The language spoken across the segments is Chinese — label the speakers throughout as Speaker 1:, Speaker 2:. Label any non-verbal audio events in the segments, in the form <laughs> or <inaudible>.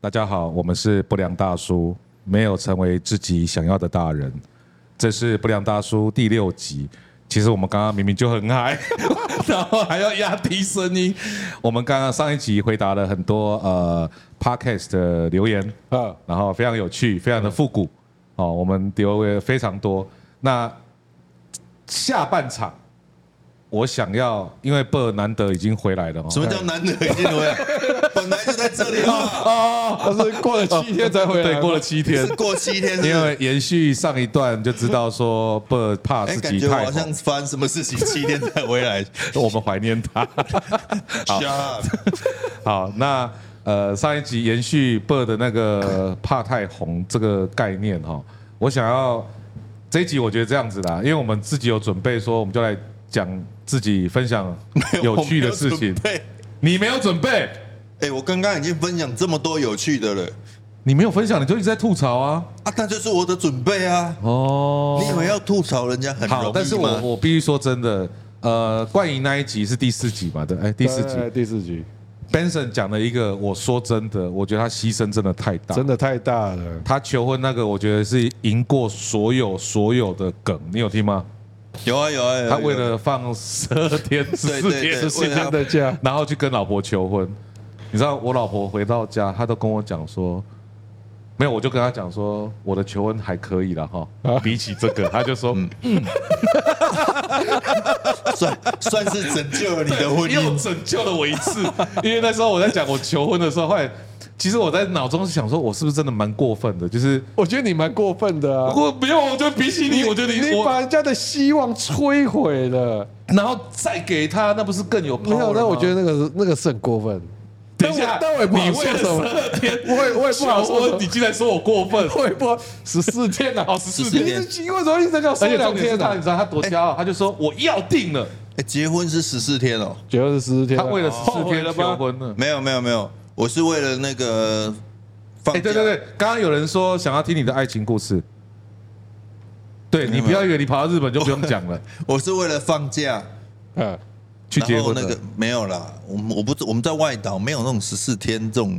Speaker 1: 大家好，我们是不良大叔，没有成为自己想要的大人。这是不良大叔第六集。其实我们刚刚明明就很嗨， <laughs> 然后还要压低声音。我们刚刚上一集回答了很多呃 podcast 的留言，
Speaker 2: 啊，
Speaker 1: 然后非常有趣，非常的复古哦。我们留了非常多。那下半场，我想要，因为贝尔难得已经回来了嘛，哦
Speaker 3: 什么叫难得
Speaker 1: <laughs>
Speaker 3: 已经回来？本来就在这里啊，
Speaker 2: 他是过了七天才回来，
Speaker 1: 对，过了七天
Speaker 3: 是，过七天是不
Speaker 1: <laughs>
Speaker 3: 是
Speaker 1: 因为延续上一段就知道说贝尔怕
Speaker 3: 哎，
Speaker 1: 自
Speaker 3: 感
Speaker 1: 己
Speaker 3: 觉我
Speaker 1: 太
Speaker 3: 好像
Speaker 1: 红，
Speaker 3: 发生什么事情，七天才回来。
Speaker 1: <laughs> 我们怀念
Speaker 3: <laughs>
Speaker 1: 他。
Speaker 3: Shut up
Speaker 1: 好，那呃上一集延续 Bird 的那个怕太红这个概念哈、哦，我想要这一集我觉得这样子啦，因为我们自己有准备说，我们就来讲自己分
Speaker 3: <laughs>
Speaker 1: 享有趣的事情。
Speaker 3: 对，
Speaker 1: 你没有准备，
Speaker 3: 哎，我刚刚已经分享这么多有趣的了
Speaker 1: 你没有分享，你就一直在吐槽啊。
Speaker 3: 啊，那就是我的准备啊。
Speaker 1: 哦
Speaker 3: 你以为要吐槽人家很容易
Speaker 1: 好
Speaker 3: 吗，？
Speaker 1: 但是我我必须说真的，呃，冠莹那一集是第四集嘛？对，哎，第四集
Speaker 2: 对第四集，
Speaker 1: ，Benson 讲了一个，我说真的，我觉得他牺牲真的太大，
Speaker 2: 真的太大了。
Speaker 1: 他求婚那个，我觉得是赢过所有所有的梗，你有听吗？
Speaker 3: 有啊有啊，有啊
Speaker 1: 他为了放十二天、十
Speaker 3: 对
Speaker 1: 四
Speaker 3: 对
Speaker 1: 天
Speaker 3: 对
Speaker 1: 时
Speaker 3: 为
Speaker 1: 间
Speaker 3: 了，
Speaker 2: 真的假？
Speaker 1: 然后去跟老婆求婚。你知道，我老婆回到家，她都跟我讲说，没有，我就跟她讲说，我的求婚还可以了哈，
Speaker 3: 啊
Speaker 1: 比起这个，她就
Speaker 3: <laughs>
Speaker 1: 说，
Speaker 3: 嗯有算算是拯救了你的
Speaker 1: <laughs>
Speaker 3: 婚
Speaker 1: 又
Speaker 3: 姻。
Speaker 1: 拯救了我一次。因为那时候我在讲我求婚的时候，后来其实我在脑中是想说，我是不是真的蛮过分的？就是
Speaker 2: 我觉得你蛮过分的
Speaker 1: 不
Speaker 2: 啊！
Speaker 1: 过没有，我觉得比起你，我觉得
Speaker 2: 你
Speaker 1: 我
Speaker 2: 把人家的希望摧毁了。
Speaker 1: 然后再给他，那不是更有
Speaker 2: 没有，
Speaker 1: power
Speaker 2: 但我
Speaker 1: 吗
Speaker 2: 觉得那个是那个是很过分。
Speaker 1: 等一下，
Speaker 2: 但我但我也不好
Speaker 1: 你为
Speaker 2: 说
Speaker 1: 了
Speaker 2: 什么
Speaker 1: 12天，
Speaker 2: 我也我也不好说什么
Speaker 1: 你竟然说我过分，
Speaker 2: <laughs> 我也不十四天啊，
Speaker 1: 哦，十四
Speaker 2: 你
Speaker 1: 天，
Speaker 3: 天
Speaker 2: 是奇为什么一直叫
Speaker 1: 而
Speaker 2: 说
Speaker 1: 且
Speaker 2: 两
Speaker 1: 重点是
Speaker 2: 天啊哎
Speaker 1: 他，
Speaker 2: 呢
Speaker 1: 你？知道他多骄傲，他就说我要定了，
Speaker 3: 哎，结婚是十四天哦，
Speaker 2: 绝对是十四天啊。
Speaker 1: 他为了十四
Speaker 2: 后悔
Speaker 1: 天
Speaker 2: 了
Speaker 1: 求
Speaker 2: 吗？
Speaker 1: 婚了。
Speaker 3: 没有没有没有，我是为了那个放
Speaker 1: 哎，
Speaker 3: 假。
Speaker 1: 对对对，刚刚有人说想要听你的爱情故事，对你不要以为你跑到日本就不用讲了，
Speaker 3: 我是为了放假。
Speaker 2: 嗯，
Speaker 1: <laughs> 去结
Speaker 3: 然后
Speaker 1: 婚
Speaker 3: 那
Speaker 1: 了
Speaker 3: 个。没有啦，我们我不我们在外岛没有那种十四天这种，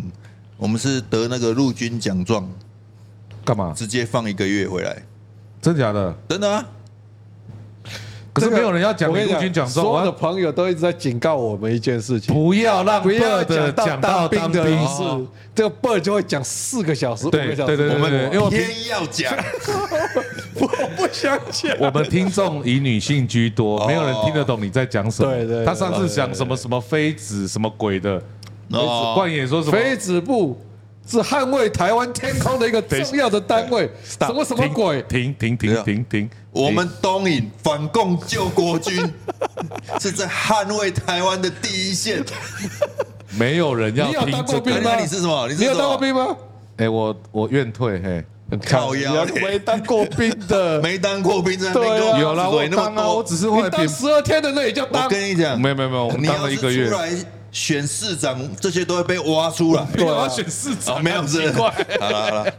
Speaker 3: 我们是得那个陆军奖状，
Speaker 1: 干嘛？
Speaker 3: 直接放一个月回来，
Speaker 1: 真假的？
Speaker 3: 真的啊？
Speaker 1: 可是没有人要讲
Speaker 2: 我跟
Speaker 1: 给
Speaker 2: 你
Speaker 1: 陆军奖状，
Speaker 2: 所
Speaker 1: 我
Speaker 2: 有的
Speaker 1: 要
Speaker 2: 朋友都一直在警告我们一件事情。
Speaker 1: 不要让
Speaker 2: 不要
Speaker 1: Bird
Speaker 2: 讲到
Speaker 1: 讲
Speaker 2: 当
Speaker 1: 到
Speaker 2: 兵
Speaker 1: 当
Speaker 2: 的
Speaker 1: 兵哦
Speaker 2: 事，这个 bird 就会讲四个小时、五
Speaker 1: 对
Speaker 2: 个小时。
Speaker 1: 对对对
Speaker 2: 我们
Speaker 1: 对因为我平
Speaker 3: 偏要讲， <laughs>
Speaker 2: 我不想讲。
Speaker 1: <laughs> 我们听众以女性居多，
Speaker 3: 哦
Speaker 1: 没有人听得懂你在讲什么。
Speaker 2: 对对对
Speaker 1: 他上次讲什么什么妃子什么鬼的，
Speaker 3: 哦
Speaker 1: 冠也说什么
Speaker 2: 非子部是捍卫台湾天空的一个重要的单位，
Speaker 1: 打
Speaker 2: 什么什么
Speaker 1: 停
Speaker 2: 鬼？
Speaker 1: 停停停停停，
Speaker 3: 我们东引反共救国军 <laughs> 是在捍卫台湾的第
Speaker 1: <laughs>
Speaker 3: 一线。
Speaker 1: 停没有人要
Speaker 2: 你有
Speaker 1: 听
Speaker 2: 当
Speaker 1: 这
Speaker 2: 过
Speaker 1: 个。
Speaker 2: 兵
Speaker 3: 那
Speaker 2: 吗？
Speaker 3: 你是什么你是
Speaker 2: 有
Speaker 3: 什么
Speaker 2: 当过兵吗？
Speaker 1: 哎，我我愿退嘿。
Speaker 3: 靠腰
Speaker 2: 人没当过兵 <laughs> 的，
Speaker 3: 没当过兵，在那
Speaker 2: 对
Speaker 3: 边
Speaker 2: 啊
Speaker 3: 跟我
Speaker 1: 有啦，我
Speaker 3: 嘴那
Speaker 1: 当
Speaker 3: 么
Speaker 1: 啊，
Speaker 3: 多。
Speaker 1: 我只是后来
Speaker 2: 你当
Speaker 1: 变。
Speaker 2: 十二天的那也叫
Speaker 3: 我
Speaker 2: 当。
Speaker 3: 跟你讲，
Speaker 1: 没有没有没有，我们
Speaker 3: 你
Speaker 1: 当
Speaker 3: 要
Speaker 1: 了一
Speaker 3: 是
Speaker 1: 个月
Speaker 3: 出。来选市长，这些都会被挖出来。
Speaker 1: 对
Speaker 2: 啊
Speaker 1: 要选市
Speaker 3: 哦，
Speaker 1: 长，
Speaker 3: 没
Speaker 1: <laughs>
Speaker 3: 有，
Speaker 1: 奇
Speaker 3: 是
Speaker 1: 怪。
Speaker 3: 好了好了，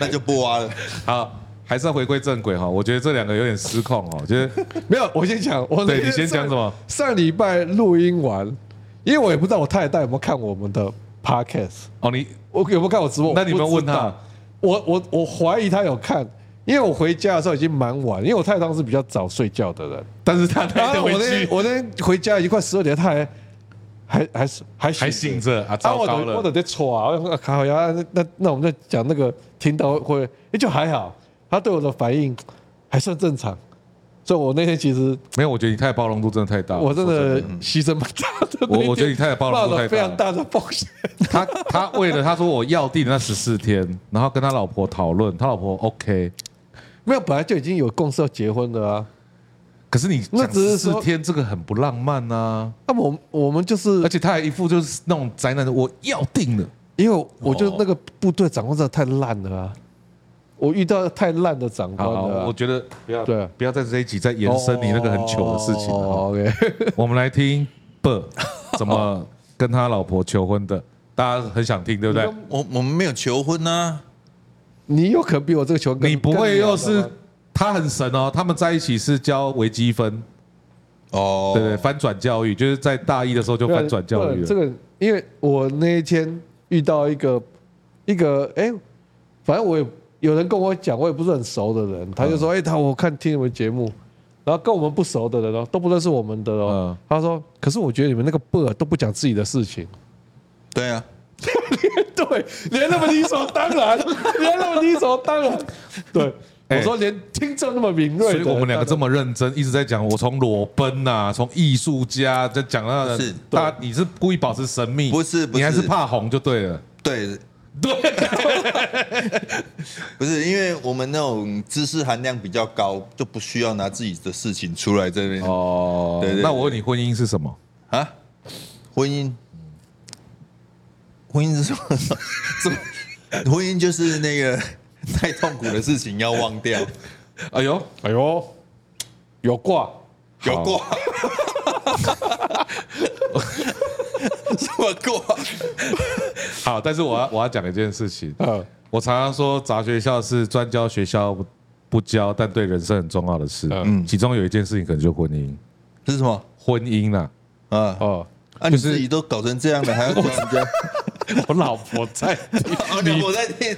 Speaker 3: 那就不挖了。
Speaker 1: 好，还是要回归正轨哈。我觉得这两个有点失控哦，就是
Speaker 2: 没有，我先讲，我
Speaker 1: 对
Speaker 2: 那天
Speaker 1: 你先讲
Speaker 2: 上
Speaker 1: 什么
Speaker 2: 上礼拜录音完，因为我也不知道我太太有没有看我们的 podcast，
Speaker 1: 哦，你
Speaker 2: 我有没有看我直播？
Speaker 1: 那你有没有
Speaker 2: 我不知
Speaker 1: 问她
Speaker 2: 道？我我我怀疑她有看，因为我回家的时候已经蛮晚，因为我太太当时比较早睡觉
Speaker 1: <laughs>
Speaker 2: 的人。
Speaker 1: 但是他
Speaker 2: 然
Speaker 1: 带
Speaker 2: 后
Speaker 1: 哎回
Speaker 2: 啊我那
Speaker 1: 去
Speaker 2: 天，我那天回家已经快十二点，她还还还是还
Speaker 1: 还醒着啊，糟
Speaker 2: 我
Speaker 1: 糕
Speaker 2: 等我
Speaker 1: 了。
Speaker 2: 等在戳啊，我靠呀，那那那我们在讲那个听到会，也就还好，她对我的反应还算正常，所以我那天其实。
Speaker 1: 没有，我觉得你太包容度真的太大了。
Speaker 2: 我真
Speaker 1: 说
Speaker 2: 的牺牲蛮大的。
Speaker 1: 嗯我我觉得你太包容度太大
Speaker 2: 冒
Speaker 1: 了
Speaker 2: 了非常大的风险。
Speaker 1: 他他为了他说我要定那十四天，然后跟他老婆讨论，他老婆 OK，
Speaker 2: 没有，本来就已经有共识要结婚了啊。
Speaker 1: 可是你
Speaker 2: 那
Speaker 1: 讲
Speaker 2: 只
Speaker 1: 十
Speaker 2: 是
Speaker 1: 四
Speaker 2: 说
Speaker 1: 天这个很不浪漫呐、
Speaker 2: 那么我们我们就是
Speaker 1: 而，且他还一副就是那种宅男的，我要定了，
Speaker 2: 因为我就那个部队长官真的太烂了啊，我遇到太烂的长官
Speaker 1: 好好，
Speaker 2: 了啊、
Speaker 1: 我觉得不要
Speaker 2: 对
Speaker 1: 不要在这一集再延伸你那个很糗的事情了哈。
Speaker 2: 哦，OK
Speaker 1: 我们来听 b 怎么跟他老婆求婚的，大家很想听，对不对？
Speaker 3: 我我们没有求婚啊呐、
Speaker 2: 你有可能比我这个球更，
Speaker 1: 你不会又
Speaker 2: 更
Speaker 1: 是
Speaker 2: 了解
Speaker 1: 他很神哦，他们在一起是交微积分，
Speaker 3: 哦，
Speaker 1: 对对，翻转教育就是在大一的时候就
Speaker 2: 对
Speaker 1: 翻转教育
Speaker 2: 对
Speaker 1: 了。
Speaker 2: 这个，因为我那一天遇到一个一个，哎、反正我也有人跟我讲，我也不是很熟的人，他就说，哎、他我看听你们节目，然后跟我们不熟的人哦，都不认识我们的哦，
Speaker 1: 嗯
Speaker 2: 他说，可是我觉得你们那个 b 都不讲自己的事情。
Speaker 3: 对啊，
Speaker 2: 对，连那么理所当然，连那么理所当然。对，
Speaker 1: 哎
Speaker 2: 我说连听众那么敏
Speaker 1: 所
Speaker 2: 锐
Speaker 1: 以
Speaker 2: 的，
Speaker 1: 我们两个这
Speaker 2: 么
Speaker 1: 么认真，一直在讲我从裸奔呐、从艺术家在讲到
Speaker 3: 是
Speaker 1: 大家，你是故意保持神秘？
Speaker 3: 不是不是
Speaker 1: 你还是怕红就对了。
Speaker 3: 对，
Speaker 1: 对，
Speaker 3: <laughs> 不是因为我们那种知识含量比较高，就不需要拿自己的事情出来这边、
Speaker 1: 哦
Speaker 3: 对对对
Speaker 1: 那我问你，婚姻是什么？
Speaker 3: 啊。婚姻，婚姻是什么？ <laughs> 什么？婚姻就是那个 <laughs> 太痛苦的事情要忘掉，
Speaker 1: 哎呦，
Speaker 2: 哎呦，有挂，
Speaker 3: 有
Speaker 1: <laughs>
Speaker 3: 挂。什么挂？
Speaker 1: 好，但是我要我要讲一件事情。
Speaker 2: 嗯，
Speaker 1: 我常常说，杂学校是专教学校不不教，但对人生很重要的事。嗯，其中有一件事情可能就是婚姻，
Speaker 3: 这是什么？
Speaker 1: 婚姻啦、
Speaker 3: 啊
Speaker 2: 哦，
Speaker 3: 啊！你
Speaker 1: 就是
Speaker 3: 自己都搞成这样了，
Speaker 2: <laughs>
Speaker 3: 还要教人家？
Speaker 1: <laughs> 我老婆在，
Speaker 3: <laughs> 哦
Speaker 1: 你
Speaker 3: 我
Speaker 2: <laughs>
Speaker 3: 在听，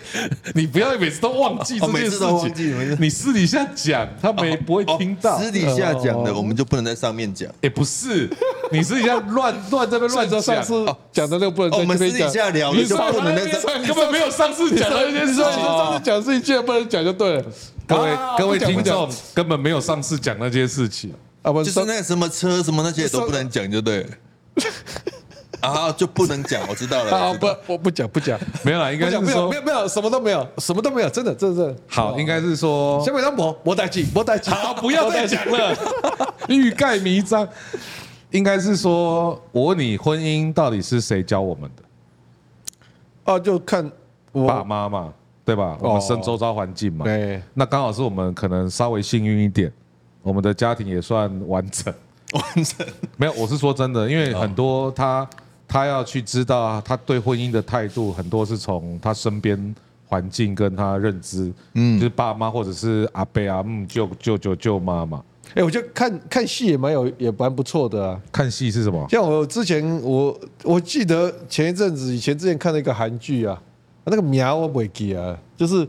Speaker 1: 你不要每次都忘记这
Speaker 3: 哦每
Speaker 1: 件
Speaker 3: 次
Speaker 1: 事
Speaker 3: 都忘记每
Speaker 1: 情
Speaker 3: 次，
Speaker 1: 你私底下讲，她没不会听到。
Speaker 3: 哦私底下讲的，
Speaker 2: 哦
Speaker 3: 我们就不能在上面讲。
Speaker 1: 欸也不是，你私底下乱乱在那边
Speaker 2: 所
Speaker 1: 乱
Speaker 2: 以说
Speaker 1: 讲。
Speaker 2: 上次讲的那个不能
Speaker 3: 哦
Speaker 2: 在
Speaker 3: 我们
Speaker 2: 这边
Speaker 3: 私底
Speaker 2: 讲
Speaker 3: 下聊的
Speaker 2: 你
Speaker 3: 就
Speaker 2: 上
Speaker 3: 不能在
Speaker 2: 次
Speaker 3: 这
Speaker 1: 根本没有上次讲的那件事
Speaker 2: 所以说上
Speaker 1: 情。
Speaker 2: 次讲是一件不能讲就对了。
Speaker 1: <laughs> 各位
Speaker 2: 啊
Speaker 1: 各位听，
Speaker 2: 不讲
Speaker 1: 众根本没有上次讲那件事情，
Speaker 2: 啊，不
Speaker 3: 就是
Speaker 2: 是
Speaker 3: 那个什么车什么那些也都不能讲，就对
Speaker 2: <laughs>
Speaker 3: 了。啊，就不能讲，我知道了。
Speaker 2: 啊，
Speaker 3: 我 <laughs> 知道
Speaker 2: 不，我不讲，不讲，
Speaker 1: 没有啦，应
Speaker 2: 不
Speaker 1: 该
Speaker 2: 讲，
Speaker 1: 是
Speaker 2: 没有，
Speaker 1: 说
Speaker 2: 没有，没有，什么都没有，什么都没有，真的，真的，真的。
Speaker 1: 好，应该是说
Speaker 2: 小美张博，我带进，我带进，
Speaker 1: 好，不要再讲
Speaker 2: <laughs>
Speaker 1: 了， <laughs> 欲盖弥彰。应该是说，我问你，婚姻到底是谁教我们的？
Speaker 2: 哦，就看
Speaker 1: 爸
Speaker 2: 我，哎
Speaker 1: 妈嘛，对吧？我们生周遭环境嘛，
Speaker 2: 对，
Speaker 1: 那刚好是我们可能稍微幸运一点，我们的家庭也算完整。
Speaker 3: 完整。
Speaker 1: 没有，我是说真的，因为很
Speaker 2: 哦
Speaker 1: 多他、他要去知道他对婚姻的态度，很多是从他身边环境跟他认知，嗯，就是爸妈或者是阿伯阿姆、舅舅舅舅妈嘛。
Speaker 2: 哎，我觉得看看戏也蛮有，也蛮不错的啊。
Speaker 1: 看戏是什么？
Speaker 2: 像我之前，我我记得前一阵子以前之前看了一个韩剧啊，那个苗我不会记啊，就是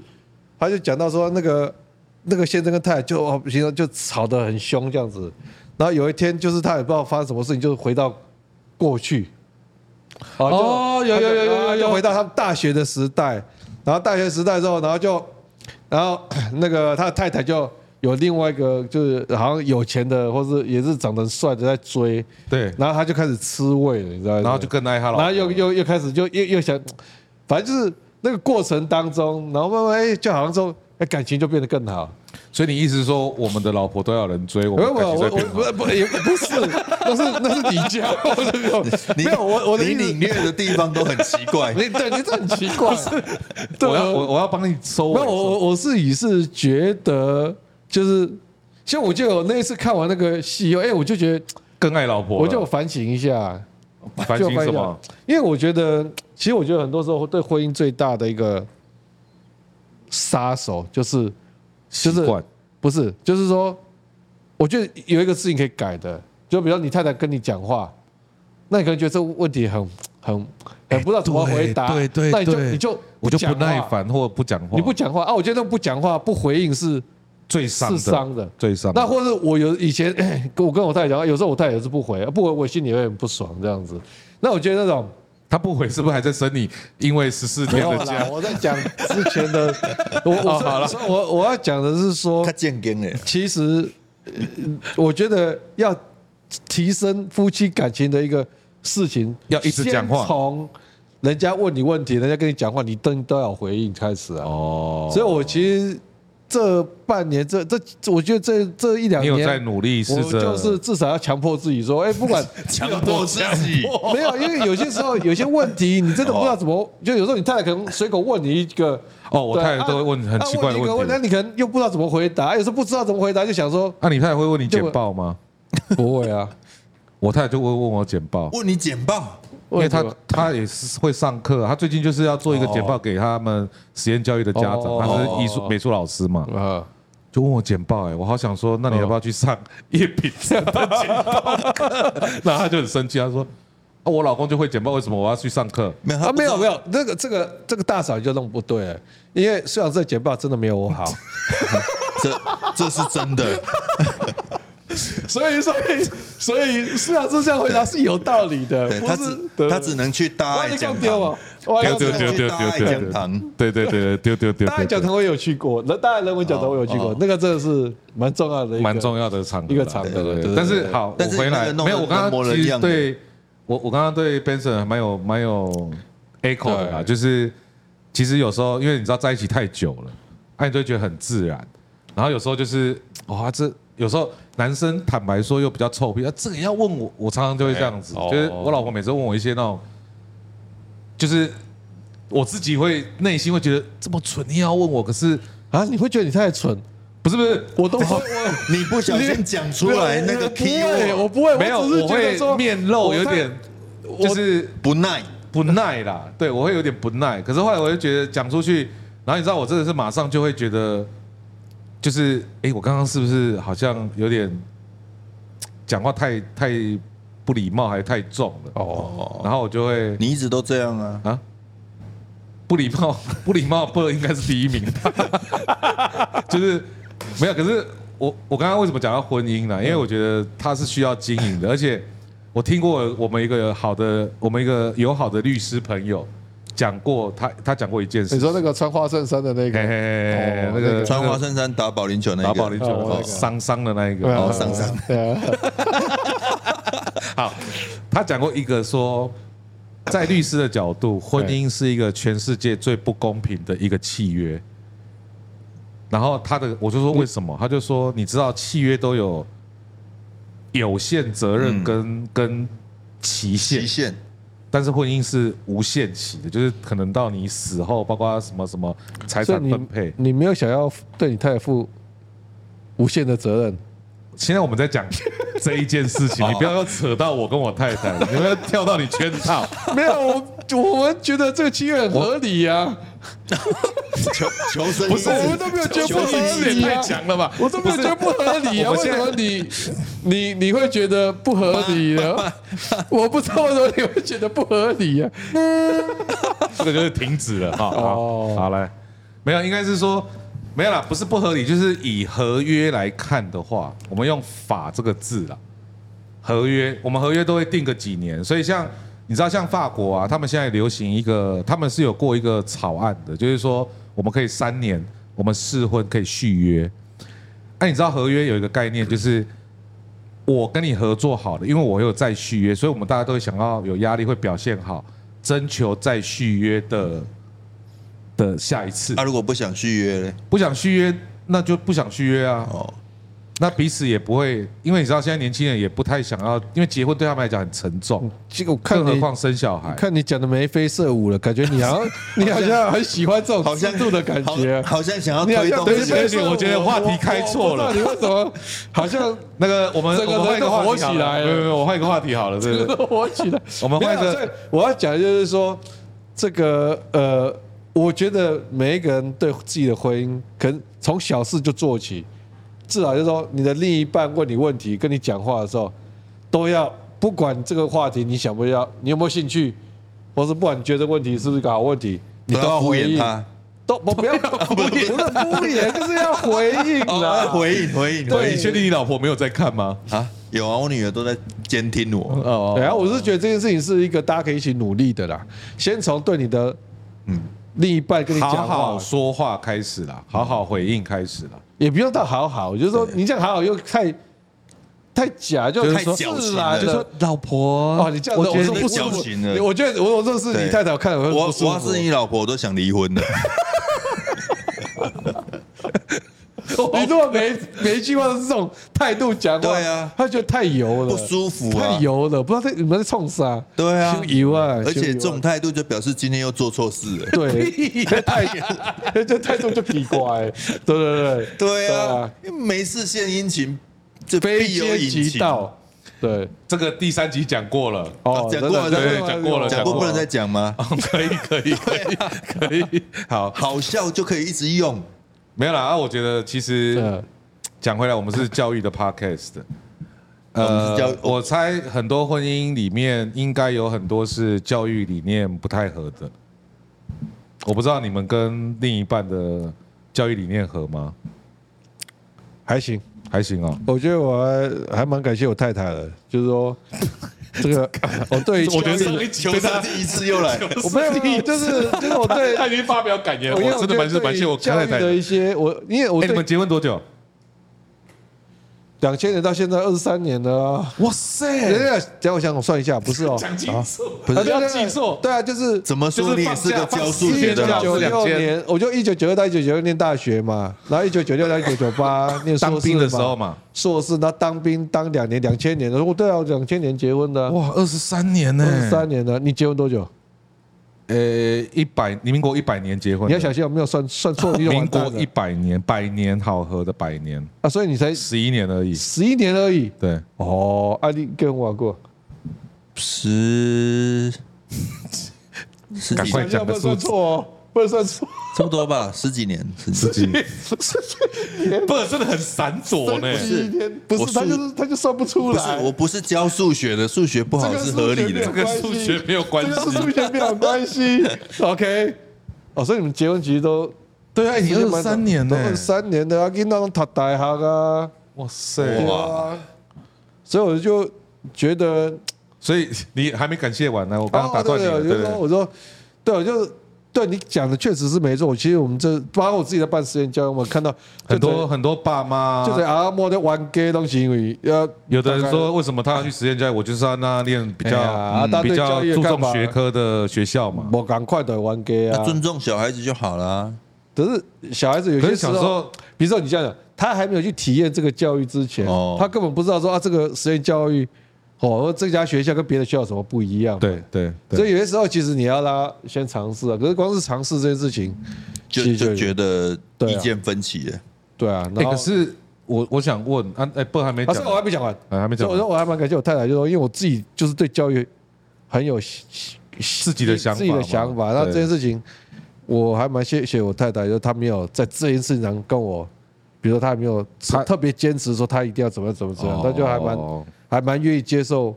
Speaker 2: 他就讲到说那个那个先生跟太太就哦平常就吵得很凶这样子，然后有一天就是他也不知道发生什么事情，就回到过去，哦
Speaker 1: 哦有有有有有
Speaker 2: 就回到他们大学的时代，然后大学时代之后，然后就然后 <coughs> 那个他的太太就。有另外一个就是好像有钱的，或是也是长得很帅的在追，
Speaker 1: 对，
Speaker 2: 然后他就开始吃味了，你知道吗？
Speaker 1: 然后就更爱他老
Speaker 2: 然
Speaker 1: 婆，
Speaker 2: 后呃又又又开始就又又想，反正就是那个过程当中，然后慢慢哎、就好像说，哎、感情就变得更好。
Speaker 1: 所以你意思是说，我们的老婆都要有人追，我
Speaker 2: 没有
Speaker 1: 们
Speaker 2: 没
Speaker 1: 感
Speaker 2: 有，
Speaker 1: 情
Speaker 2: 我
Speaker 1: 才变
Speaker 2: 我
Speaker 1: 好？
Speaker 2: 不不也不是，那是那是你家，
Speaker 1: <laughs>
Speaker 3: 你
Speaker 2: 没有我我的
Speaker 3: 你
Speaker 2: 意思
Speaker 3: 领，略的地方都很奇
Speaker 2: <laughs>
Speaker 3: 怪。
Speaker 2: 你对你这很奇怪，对
Speaker 1: 我要
Speaker 2: 我
Speaker 1: 我我要帮你收尾。
Speaker 2: 没有，我我我自己是觉得就是，像我就有那一次看完那个戏以后，哎、我就觉得
Speaker 1: 更爱老婆了，
Speaker 2: 我就反省一下，
Speaker 1: 反省
Speaker 2: 就发
Speaker 1: 什
Speaker 2: 现
Speaker 1: 么？？
Speaker 2: 因为我觉得，其实我觉得很多时候对婚姻最大的一个杀手就是就
Speaker 1: 习
Speaker 2: 是
Speaker 1: 惯
Speaker 2: 不是就是说，我觉得有一个事情可以改的，就比如你太太跟你讲话，那你可能觉得这问题很很很不知道怎么回答，
Speaker 1: 哎对对对
Speaker 2: 那你就
Speaker 1: 对
Speaker 2: 你就
Speaker 1: 我就不
Speaker 2: 讲话
Speaker 1: 耐，烦或不讲话，
Speaker 2: 你不讲话啊？我觉得那不讲话不回应是
Speaker 1: 最伤
Speaker 2: 是
Speaker 1: 的，
Speaker 2: 伤的。
Speaker 1: 最伤的。
Speaker 2: 那或者我有以前 <clears throat> 跟我跟我太太讲话，有时候我太太也是不回，不回我心里会很不爽这样子。那我觉得那种
Speaker 1: 他不回是不是还在生你？因为十四
Speaker 2: 没
Speaker 1: 天
Speaker 2: 有
Speaker 1: 的
Speaker 2: 啦
Speaker 1: 假，，
Speaker 2: 我在讲之前的，我我
Speaker 1: 哦好
Speaker 2: 好
Speaker 1: 了
Speaker 2: 了，我我要讲的是说
Speaker 3: 他，见跟哎，
Speaker 2: 其实呃我觉得要提升夫妻感情的一个事情，
Speaker 1: 要一直讲话
Speaker 2: 先从人家问你问题，人家跟你讲话，你都都要回应开始啊。
Speaker 1: 哦，
Speaker 2: 所以我其实这半年，这这这我觉得这这一两
Speaker 1: 你
Speaker 2: 年，
Speaker 1: 有在努力试
Speaker 2: 我
Speaker 1: 着，
Speaker 2: 就是至少要强迫自
Speaker 1: <laughs>
Speaker 2: 己说，哎，不管
Speaker 3: 强迫自己。
Speaker 2: 没有，因为有些时候有些问题你真的不知道怎么，就有时候你太太可能随口问你一个，
Speaker 1: 哦，我
Speaker 2: 对
Speaker 1: 太太都会
Speaker 2: 啊
Speaker 1: 问很
Speaker 2: 啊
Speaker 1: 奇怪的
Speaker 2: 问你一个
Speaker 1: 问
Speaker 2: 那
Speaker 1: 题。
Speaker 2: 你可能又不知道怎么回答，有时候不知道怎么回答就想说
Speaker 1: 那你太太会问你
Speaker 2: 就
Speaker 1: 简报吗？
Speaker 2: <laughs> 不会啊，
Speaker 1: 我太太就会问我简报，
Speaker 3: 问你简报，
Speaker 1: 因为她
Speaker 2: 问什么
Speaker 1: 她也是会上课，啊她最近就是要做一个简报给他们实验教育的家长，
Speaker 2: 哦
Speaker 1: 她是艺术美术老师嘛，
Speaker 2: 啊，
Speaker 1: 就问我简报、哎，我好想说，那你要不要去上叶秉这的简报课？ <laughs> 然后他就很生气，他说：“啊，我老公就会简报，为什么我要去上课？”
Speaker 3: 没有
Speaker 2: <laughs> 啊，没有没
Speaker 3: 有，
Speaker 2: 有，这个这个这个大嫂就弄不对了，因为虽然这简报真的没有我好，
Speaker 3: 这这是真的。
Speaker 2: <laughs> 所以所以所以市长这样回答是有道理的，
Speaker 3: 对，
Speaker 2: 不
Speaker 3: 他
Speaker 2: 是
Speaker 3: 只他只能去搭
Speaker 2: 我
Speaker 3: 爱讲
Speaker 2: 丢
Speaker 3: 堂
Speaker 2: 哦，，我
Speaker 1: 丢
Speaker 2: 要
Speaker 1: 丢
Speaker 2: 丢
Speaker 1: 丢
Speaker 2: 丢。
Speaker 1: 丢丢丢丢，对对对对丢丢丢
Speaker 2: 当然讲
Speaker 1: 丢，
Speaker 2: 堂我有去过，人当然人文讲堂我有去过
Speaker 3: 哦，
Speaker 2: 那个真的是蛮重要的一个，
Speaker 1: 蛮重要的场合啦，
Speaker 2: 一个场合
Speaker 1: 对对
Speaker 2: 对对
Speaker 1: 对。
Speaker 2: 对
Speaker 1: 但是好，
Speaker 3: 但是
Speaker 1: 我回
Speaker 3: 那
Speaker 1: 来
Speaker 3: 个弄
Speaker 1: 没
Speaker 3: 得
Speaker 1: 有，我刚
Speaker 3: 人模
Speaker 1: 刚
Speaker 3: 人
Speaker 1: 其实
Speaker 3: 样的
Speaker 1: 对我我刚刚对 Benson 蛮有蛮有 echo 的啦，
Speaker 2: 对
Speaker 1: 就是其实有时候因为你知道在一起太久了，那你就会觉得很自然，然后有时候就是哇这。有时候男生坦白说又比较臭屁，啊，这个要问我，我常常就会这样子，
Speaker 2: 哎
Speaker 1: 就是
Speaker 2: 哦
Speaker 1: 我老婆每次问我一些那种，就是我自己会内心会觉得这么蠢，你也要问我，可是
Speaker 2: 啊！你会觉得你太蠢，
Speaker 1: 不是不是，
Speaker 2: 我都 <laughs> 不会，我
Speaker 3: 你不小心讲出
Speaker 2: <laughs>
Speaker 3: 来那个
Speaker 2: 不
Speaker 3: key
Speaker 2: 会
Speaker 3: word
Speaker 2: 我不会，
Speaker 1: 没有，
Speaker 2: 我只是
Speaker 1: 我
Speaker 2: 觉得
Speaker 1: 会
Speaker 2: 说
Speaker 1: 面露
Speaker 2: 我
Speaker 1: 有
Speaker 2: 太
Speaker 1: 点，就是
Speaker 3: 不耐，
Speaker 1: 不耐啦。对，我会有点不耐。可是后来我就觉得讲出去，然后你知道，我真的是马上就会觉得，就是哎，我刚刚是不是好像有点讲话太太不礼貌，还太重了？哦，然后我就会
Speaker 3: 你一直都这样啊。
Speaker 1: 啊。不礼貌， <laughs> 不礼貌，不应该是第一名， <laughs> 就是没有。可是我我刚刚为什么讲到婚姻
Speaker 4: 嗯
Speaker 1: 呢？因为我觉得它是需要经营的，而且我听过我们一个好的，我们一个友好的律师朋友讲过，他他讲过一件事，
Speaker 4: 你说那个穿花衬衫的那
Speaker 1: 嘿嘿
Speaker 4: 个，
Speaker 1: 嘿嘿
Speaker 4: 哦
Speaker 1: 那个
Speaker 3: 穿花衬衫打保龄球那一
Speaker 1: 打
Speaker 3: 个，
Speaker 1: 保龄
Speaker 4: 哦我那
Speaker 1: 球
Speaker 4: 个
Speaker 1: 伤伤的那一个，
Speaker 4: 对啊
Speaker 3: 哦上上，
Speaker 4: 对啊，
Speaker 1: 好，他讲过一个说，在律师的角度，婚姻是一个全世界最不公平的一个契约。然后他的我就说为什么？他就说你知道契约都有有限责
Speaker 2: 嗯
Speaker 1: 任跟、跟期限
Speaker 3: 极，限
Speaker 1: 但是婚姻是无限期的，就是可能到你死后，包括什么什么财
Speaker 2: 所以
Speaker 1: 产
Speaker 2: 你
Speaker 1: 分配。
Speaker 2: 你没有想要对你太太负无限的责任，
Speaker 1: 现在我们在讲这一件事情，你不要又扯到我跟我太太，你不要跳到你圈套。
Speaker 2: <laughs> 没有，我我们觉得这个契约很合理啊呀，
Speaker 3: 求 <laughs> 求生意
Speaker 1: 不是，
Speaker 2: 我们都没有觉得不合
Speaker 1: 求你
Speaker 2: 理
Speaker 1: 也太
Speaker 2: 啊
Speaker 1: 强了吧？
Speaker 2: 我都没有觉得不合理啊，
Speaker 1: 我们
Speaker 2: 为
Speaker 1: 现
Speaker 2: 什
Speaker 1: 在
Speaker 2: 么你你你会觉得不合理呢？我不知道为什么你会觉得不合理啊。
Speaker 1: 这个就是停止了哈。哦
Speaker 2: 哦，
Speaker 1: 好来，没有，应该是说没有啦，不是不合理，就是以合约来看的话，我们用“法”这个字啦，合约，我们合约都会定个几年，所以像你知道，像法国啊，他们现在流行一个，他们是有过一个草案的，就是说我们可以三年，我们试婚可以续约。哎、你知道合约有一个概念就是。我跟你合作好了，因为我有再续约，所以我们大家都会想要有压力，会表现好，征求再续约的的下一次
Speaker 3: 他。啊如果不想续约嘞，
Speaker 1: 不想续约，那就不想续约啊。
Speaker 3: 哦，
Speaker 1: 那彼此也不会，因为你知道现在年轻人也不太想要，因为结婚对他们来讲很沉重，
Speaker 2: 这个我看
Speaker 1: 更何
Speaker 2: 你
Speaker 1: 况生小孩。
Speaker 2: 看你讲的眉飞色舞了，感觉你 <laughs> 好像你好像很喜欢这种
Speaker 3: 好像
Speaker 2: 制度的感觉。啊
Speaker 3: 好好像想要
Speaker 2: 你好
Speaker 3: 推
Speaker 2: 像
Speaker 3: 动
Speaker 1: 对
Speaker 3: 这
Speaker 1: 不起对
Speaker 3: 个
Speaker 1: 不起我觉得话题开错了
Speaker 2: 我不知道你为什么好像
Speaker 1: 那个我们
Speaker 2: 整个
Speaker 1: 我们换一个
Speaker 2: 人都
Speaker 1: 话
Speaker 2: 火
Speaker 1: 题好
Speaker 2: 起来
Speaker 1: 了
Speaker 2: 了
Speaker 1: 没有没有，我换一个话题好了，对不对？
Speaker 2: <laughs> 火起来。
Speaker 1: 我们换一个
Speaker 2: 没有所以我要讲的就是说，这个呃，我觉得每一个人对自己的婚姻，可能从小事就做起，至少就是说，你的另一半问你问题、跟你讲话的时候，都要不管这个话题你想不要，你有没有兴趣，或是不管你觉得问题是不是个好问题，你
Speaker 3: 都
Speaker 2: 都
Speaker 3: 要
Speaker 2: 要
Speaker 3: 敷
Speaker 2: 回
Speaker 3: 衍
Speaker 2: 应。
Speaker 3: 他，
Speaker 2: <laughs> 都不不要敷衍，不是敷衍，就是要回 <laughs> 应啊啦。
Speaker 3: 哦回应回应
Speaker 1: 对，
Speaker 3: 回
Speaker 1: 你确定你老婆没有在看吗？
Speaker 3: 应啊，有啊，我女儿都在监听我，
Speaker 1: 哦
Speaker 2: 对啊，我是觉得这件事情是一个大家可以一起努力的啦。先从对你的
Speaker 3: 嗯
Speaker 2: 另一半跟你
Speaker 1: 好
Speaker 2: 讲
Speaker 1: 好
Speaker 2: 话，
Speaker 1: 说话开始啦，好好回应开始啦。
Speaker 2: 也不用到好好，就是说你这样好好又太太假，就
Speaker 3: 就是
Speaker 2: 说
Speaker 3: 太矫情
Speaker 2: 自
Speaker 3: 了
Speaker 2: 然
Speaker 3: 就
Speaker 2: 的
Speaker 3: 说。
Speaker 1: 老婆
Speaker 2: 哦，你这样子，
Speaker 1: 我觉得
Speaker 2: 是不
Speaker 3: 你矫
Speaker 2: 舒
Speaker 3: 情了
Speaker 2: 服。我觉得我我这是你
Speaker 3: 对
Speaker 2: 太太我看了会
Speaker 3: 我
Speaker 2: 不
Speaker 3: 我
Speaker 2: 舒服
Speaker 3: 要是你老婆，我都想离婚了。
Speaker 2: <laughs> 你如果每每一句话都是这种态度讲话，
Speaker 3: 对啊
Speaker 2: 他觉得太油了，
Speaker 3: 不舒服啊
Speaker 2: 太油了，不知道在你们在冲啥。
Speaker 3: 对啊
Speaker 2: 修油啊，
Speaker 3: 而且
Speaker 2: 修油啊
Speaker 3: 这 <laughs> 种态度就表示今天又做错事了。
Speaker 2: 对，这态这态度就奇怪，对对对，
Speaker 3: 对啊，，因为没事献殷勤，这
Speaker 2: 非
Speaker 3: 必有
Speaker 2: 奸
Speaker 3: 隐
Speaker 2: 即
Speaker 3: 情。
Speaker 2: 盗，对，
Speaker 1: 这个第三集啊讲过了。
Speaker 2: 哦
Speaker 3: 讲过了
Speaker 2: 真的
Speaker 3: 对
Speaker 2: 真的
Speaker 1: 讲过了
Speaker 3: 讲过不能再讲吗？
Speaker 1: 可以可以可以可以，好，
Speaker 3: 好笑就可以一直用，
Speaker 1: 没有啦啊，我觉得其实
Speaker 2: 嗯
Speaker 1: 讲回来，我们是教育的 podcast。
Speaker 3: 我们
Speaker 1: 呃
Speaker 3: 是教育，
Speaker 1: 我猜很多婚姻里面应该有很多是教育理念不太合的。我不知道你们跟另一半的教育理念合吗？
Speaker 2: 还行。
Speaker 1: 还行哦。
Speaker 2: 我觉得我还还蛮感谢我太太的，就是
Speaker 1: <laughs>
Speaker 2: 说这个我对于
Speaker 1: 我觉得
Speaker 2: 教育
Speaker 1: 是
Speaker 3: 求生第一次又来，
Speaker 2: 我没有没
Speaker 1: <laughs>
Speaker 2: 有，就是就是我对，
Speaker 1: 已经发表感言
Speaker 2: 因为
Speaker 1: 我真的
Speaker 2: 觉得
Speaker 1: 蛮是蛮谢我
Speaker 2: 对于教
Speaker 1: 太
Speaker 2: 育
Speaker 1: 太
Speaker 2: 的
Speaker 1: 的。
Speaker 2: 一些我，因为我
Speaker 1: 哎，你
Speaker 2: 对
Speaker 1: 们结婚多久？
Speaker 2: 两千年到现在二十三年了啊。
Speaker 1: 哇
Speaker 2: 等一
Speaker 1: 塞！
Speaker 2: 下，等一下我想我算一下，不是哦，
Speaker 1: 哎清楚，
Speaker 2: 啊
Speaker 1: 不
Speaker 2: 对
Speaker 1: 要
Speaker 2: 对对
Speaker 1: 记错。
Speaker 2: 对啊，就是
Speaker 3: 怎么
Speaker 1: 就
Speaker 3: 说
Speaker 1: 是
Speaker 3: 你
Speaker 1: 放
Speaker 3: 也是
Speaker 1: 假
Speaker 3: 个
Speaker 1: 放
Speaker 3: 教数
Speaker 1: 四
Speaker 3: 学
Speaker 2: 一
Speaker 1: 天
Speaker 3: 的
Speaker 2: 九
Speaker 1: 假
Speaker 3: 老
Speaker 2: 九
Speaker 3: 师，
Speaker 1: 啊两
Speaker 2: 六
Speaker 1: 间
Speaker 2: 年，我就一九九二到一九九六念大学嘛，然后一九九六到一九九八念硕士
Speaker 1: 当兵的时候嘛，
Speaker 2: 硕士，然后当兵当两年，两千年的，我对啊，两千年结婚的啊，
Speaker 1: 哇，二十三年呢、
Speaker 2: 二十三年
Speaker 1: 嗯
Speaker 2: 的，你结婚多久？
Speaker 1: 呃，一百，民国一百年结婚的，
Speaker 2: 你要小心，我没有算算错，你就
Speaker 1: 民
Speaker 2: 完
Speaker 1: 国
Speaker 2: 蛋了
Speaker 1: 一百年，百年好合的百年，
Speaker 2: 啊，所以你才
Speaker 1: 十一年而已。
Speaker 2: 十一年而已。
Speaker 1: 对，
Speaker 2: 哦，啊，你跟我过，
Speaker 3: 十十
Speaker 1: 赶
Speaker 3: 几
Speaker 1: 快
Speaker 3: 年，
Speaker 1: 讲个
Speaker 2: 不
Speaker 1: 数
Speaker 2: 能算
Speaker 1: 字，
Speaker 2: 错哦，不能算错。
Speaker 3: 差不多吧，十几年，十几年。
Speaker 1: 不是真的很闪躲呢
Speaker 2: 十一年不
Speaker 3: 我
Speaker 2: 是，
Speaker 3: 数
Speaker 2: 他就是他就算不出
Speaker 3: 不是，
Speaker 2: 来，
Speaker 3: 我不是教数学的，数学不好是合理
Speaker 2: 这
Speaker 1: 这
Speaker 3: 的。
Speaker 1: 跟数学没有关
Speaker 2: 这就是
Speaker 1: 系。
Speaker 2: 数学没有关系。OK，哦，所以你们结婚其实都
Speaker 1: 对啊，你
Speaker 2: 时间
Speaker 1: 二
Speaker 2: 蛮
Speaker 1: 三年呢、
Speaker 2: 二三年的啊，跟那种读大学啊，
Speaker 1: 哇塞！
Speaker 2: 对
Speaker 3: 哇
Speaker 2: 啊，所以我就觉得，
Speaker 1: 所以你还没感谢完呢，我刚刚打
Speaker 2: 哦对
Speaker 1: 断你
Speaker 2: 对，
Speaker 1: 了，对啊不
Speaker 2: 我就说，
Speaker 1: 对？
Speaker 2: 我说，对，我就对你讲的确实是没错。其实我们这包括我自己在办实验教育，我看到
Speaker 1: 很多很多爸妈
Speaker 2: 就，是阿莫在玩 gay 东西，因为呃，
Speaker 1: 有的人说为什么他要去实验教育？我就是要那念比较
Speaker 2: 哎呀啊
Speaker 1: 嗯
Speaker 2: 大家
Speaker 1: 比
Speaker 2: 对
Speaker 1: 较
Speaker 2: 教育的
Speaker 1: 注
Speaker 2: 看
Speaker 1: 重
Speaker 2: 法
Speaker 1: 学科的学校嘛。
Speaker 2: 我赶快的玩 gay 啊
Speaker 3: 那，尊重小孩子就好啦。
Speaker 2: 可是小孩子有
Speaker 1: 可
Speaker 2: 些
Speaker 1: 是
Speaker 2: 时
Speaker 1: 小时
Speaker 2: 候，
Speaker 1: 候
Speaker 2: 比如说你这样讲，他还没有去体验这个教育之前
Speaker 3: 哦，
Speaker 2: 他根本不知道说啊，这个实验教育，哦，这家学校跟别的学校有什么不一样？。
Speaker 1: 对对
Speaker 2: 所
Speaker 1: 对，哎
Speaker 2: 以有些时候，其实你要拉先尝试啊。可是光是尝试这件事情，
Speaker 3: 就
Speaker 2: 其实
Speaker 3: 就
Speaker 2: 有
Speaker 3: 觉得
Speaker 2: 对
Speaker 3: 意
Speaker 2: 啊
Speaker 3: 见分歧了。
Speaker 2: 对啊。
Speaker 1: 哎，
Speaker 2: 然后
Speaker 1: 可是我我想问，啊，哎，不还没讲
Speaker 2: 啊，这个我还没讲完，
Speaker 1: 哎还没讲
Speaker 2: 所以我说我还蛮感谢我太太，就说因为我自己就是对教育很有自
Speaker 1: 自己的想法
Speaker 2: 自己的
Speaker 1: 嘛
Speaker 2: 想法。那
Speaker 1: 对
Speaker 2: 这件事情我还蛮谢谢我太太，就是她没有在这件事情上跟我，比如说她没有
Speaker 1: 她
Speaker 2: 特别坚持说她一定要怎么样怎么样怎么样，她就还蛮
Speaker 1: 哦
Speaker 2: 还蛮愿意接受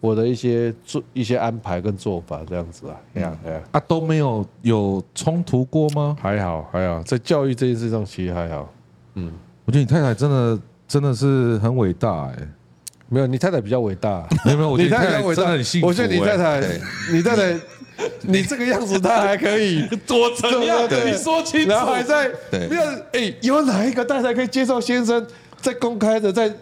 Speaker 2: 我的一些做一些安排跟做法这样子啊，哎呀哎呀，
Speaker 1: 啊都没有有冲突过吗？
Speaker 2: 还好还好，在教育这件事上其实还好。
Speaker 1: 我觉得你太太真的真的是很伟大哎、
Speaker 2: 没有，你太太比较伟大、
Speaker 1: 没有没有，我觉得你
Speaker 2: 你太
Speaker 1: 太
Speaker 2: 太
Speaker 1: 太
Speaker 2: 伟
Speaker 1: 真的
Speaker 2: 大，
Speaker 1: 很幸福、
Speaker 2: 我觉得你太
Speaker 1: 哎
Speaker 2: 太
Speaker 3: 对，
Speaker 2: 你太太，你这个样子她还可以，
Speaker 1: 多 <laughs> 怎样？
Speaker 2: 对对对
Speaker 1: 你说清楚。
Speaker 2: 然后还在
Speaker 3: 对
Speaker 2: 没有哎，有哪一个太太可以接受先生在公开的在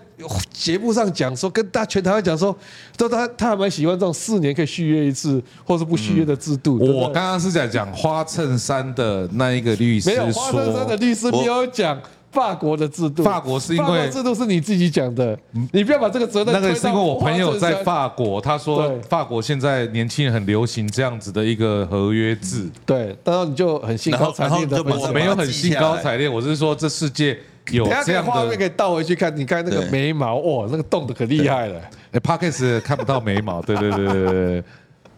Speaker 2: 节目上讲说，跟大全台湾讲说，都他他还蛮喜欢这种四年可以续约一次，或是不续约的制度。对不对
Speaker 1: 嗯我刚刚是在讲花衬衫的那一个律师
Speaker 2: 没有花衬衫
Speaker 1: 说，
Speaker 2: 的律师没有讲。法国的制度，
Speaker 1: 法国是因为
Speaker 2: 法国制度是你自己讲的，你不要把这个责任
Speaker 1: 那个
Speaker 2: 推
Speaker 1: 是
Speaker 2: 到
Speaker 1: 因为我朋友
Speaker 2: 花衬衫
Speaker 1: 在法国，他说
Speaker 2: 对
Speaker 1: 法国现在年轻人很流行这样子的一个合约制。
Speaker 2: 对，然后你就很兴高采烈的
Speaker 3: 然后然后就马上
Speaker 1: 我没有很兴高
Speaker 3: 把它记下来
Speaker 1: 采烈，我是说这世界有
Speaker 2: 等一下
Speaker 1: 这
Speaker 2: 这个
Speaker 1: 样
Speaker 2: 画面
Speaker 1: 的
Speaker 2: 可。以倒回去看，你看那个
Speaker 3: 对
Speaker 2: 眉毛，哇，那个动的可厉害了。
Speaker 1: 哎 p o d c a s 看不到眉毛，对对对对对对，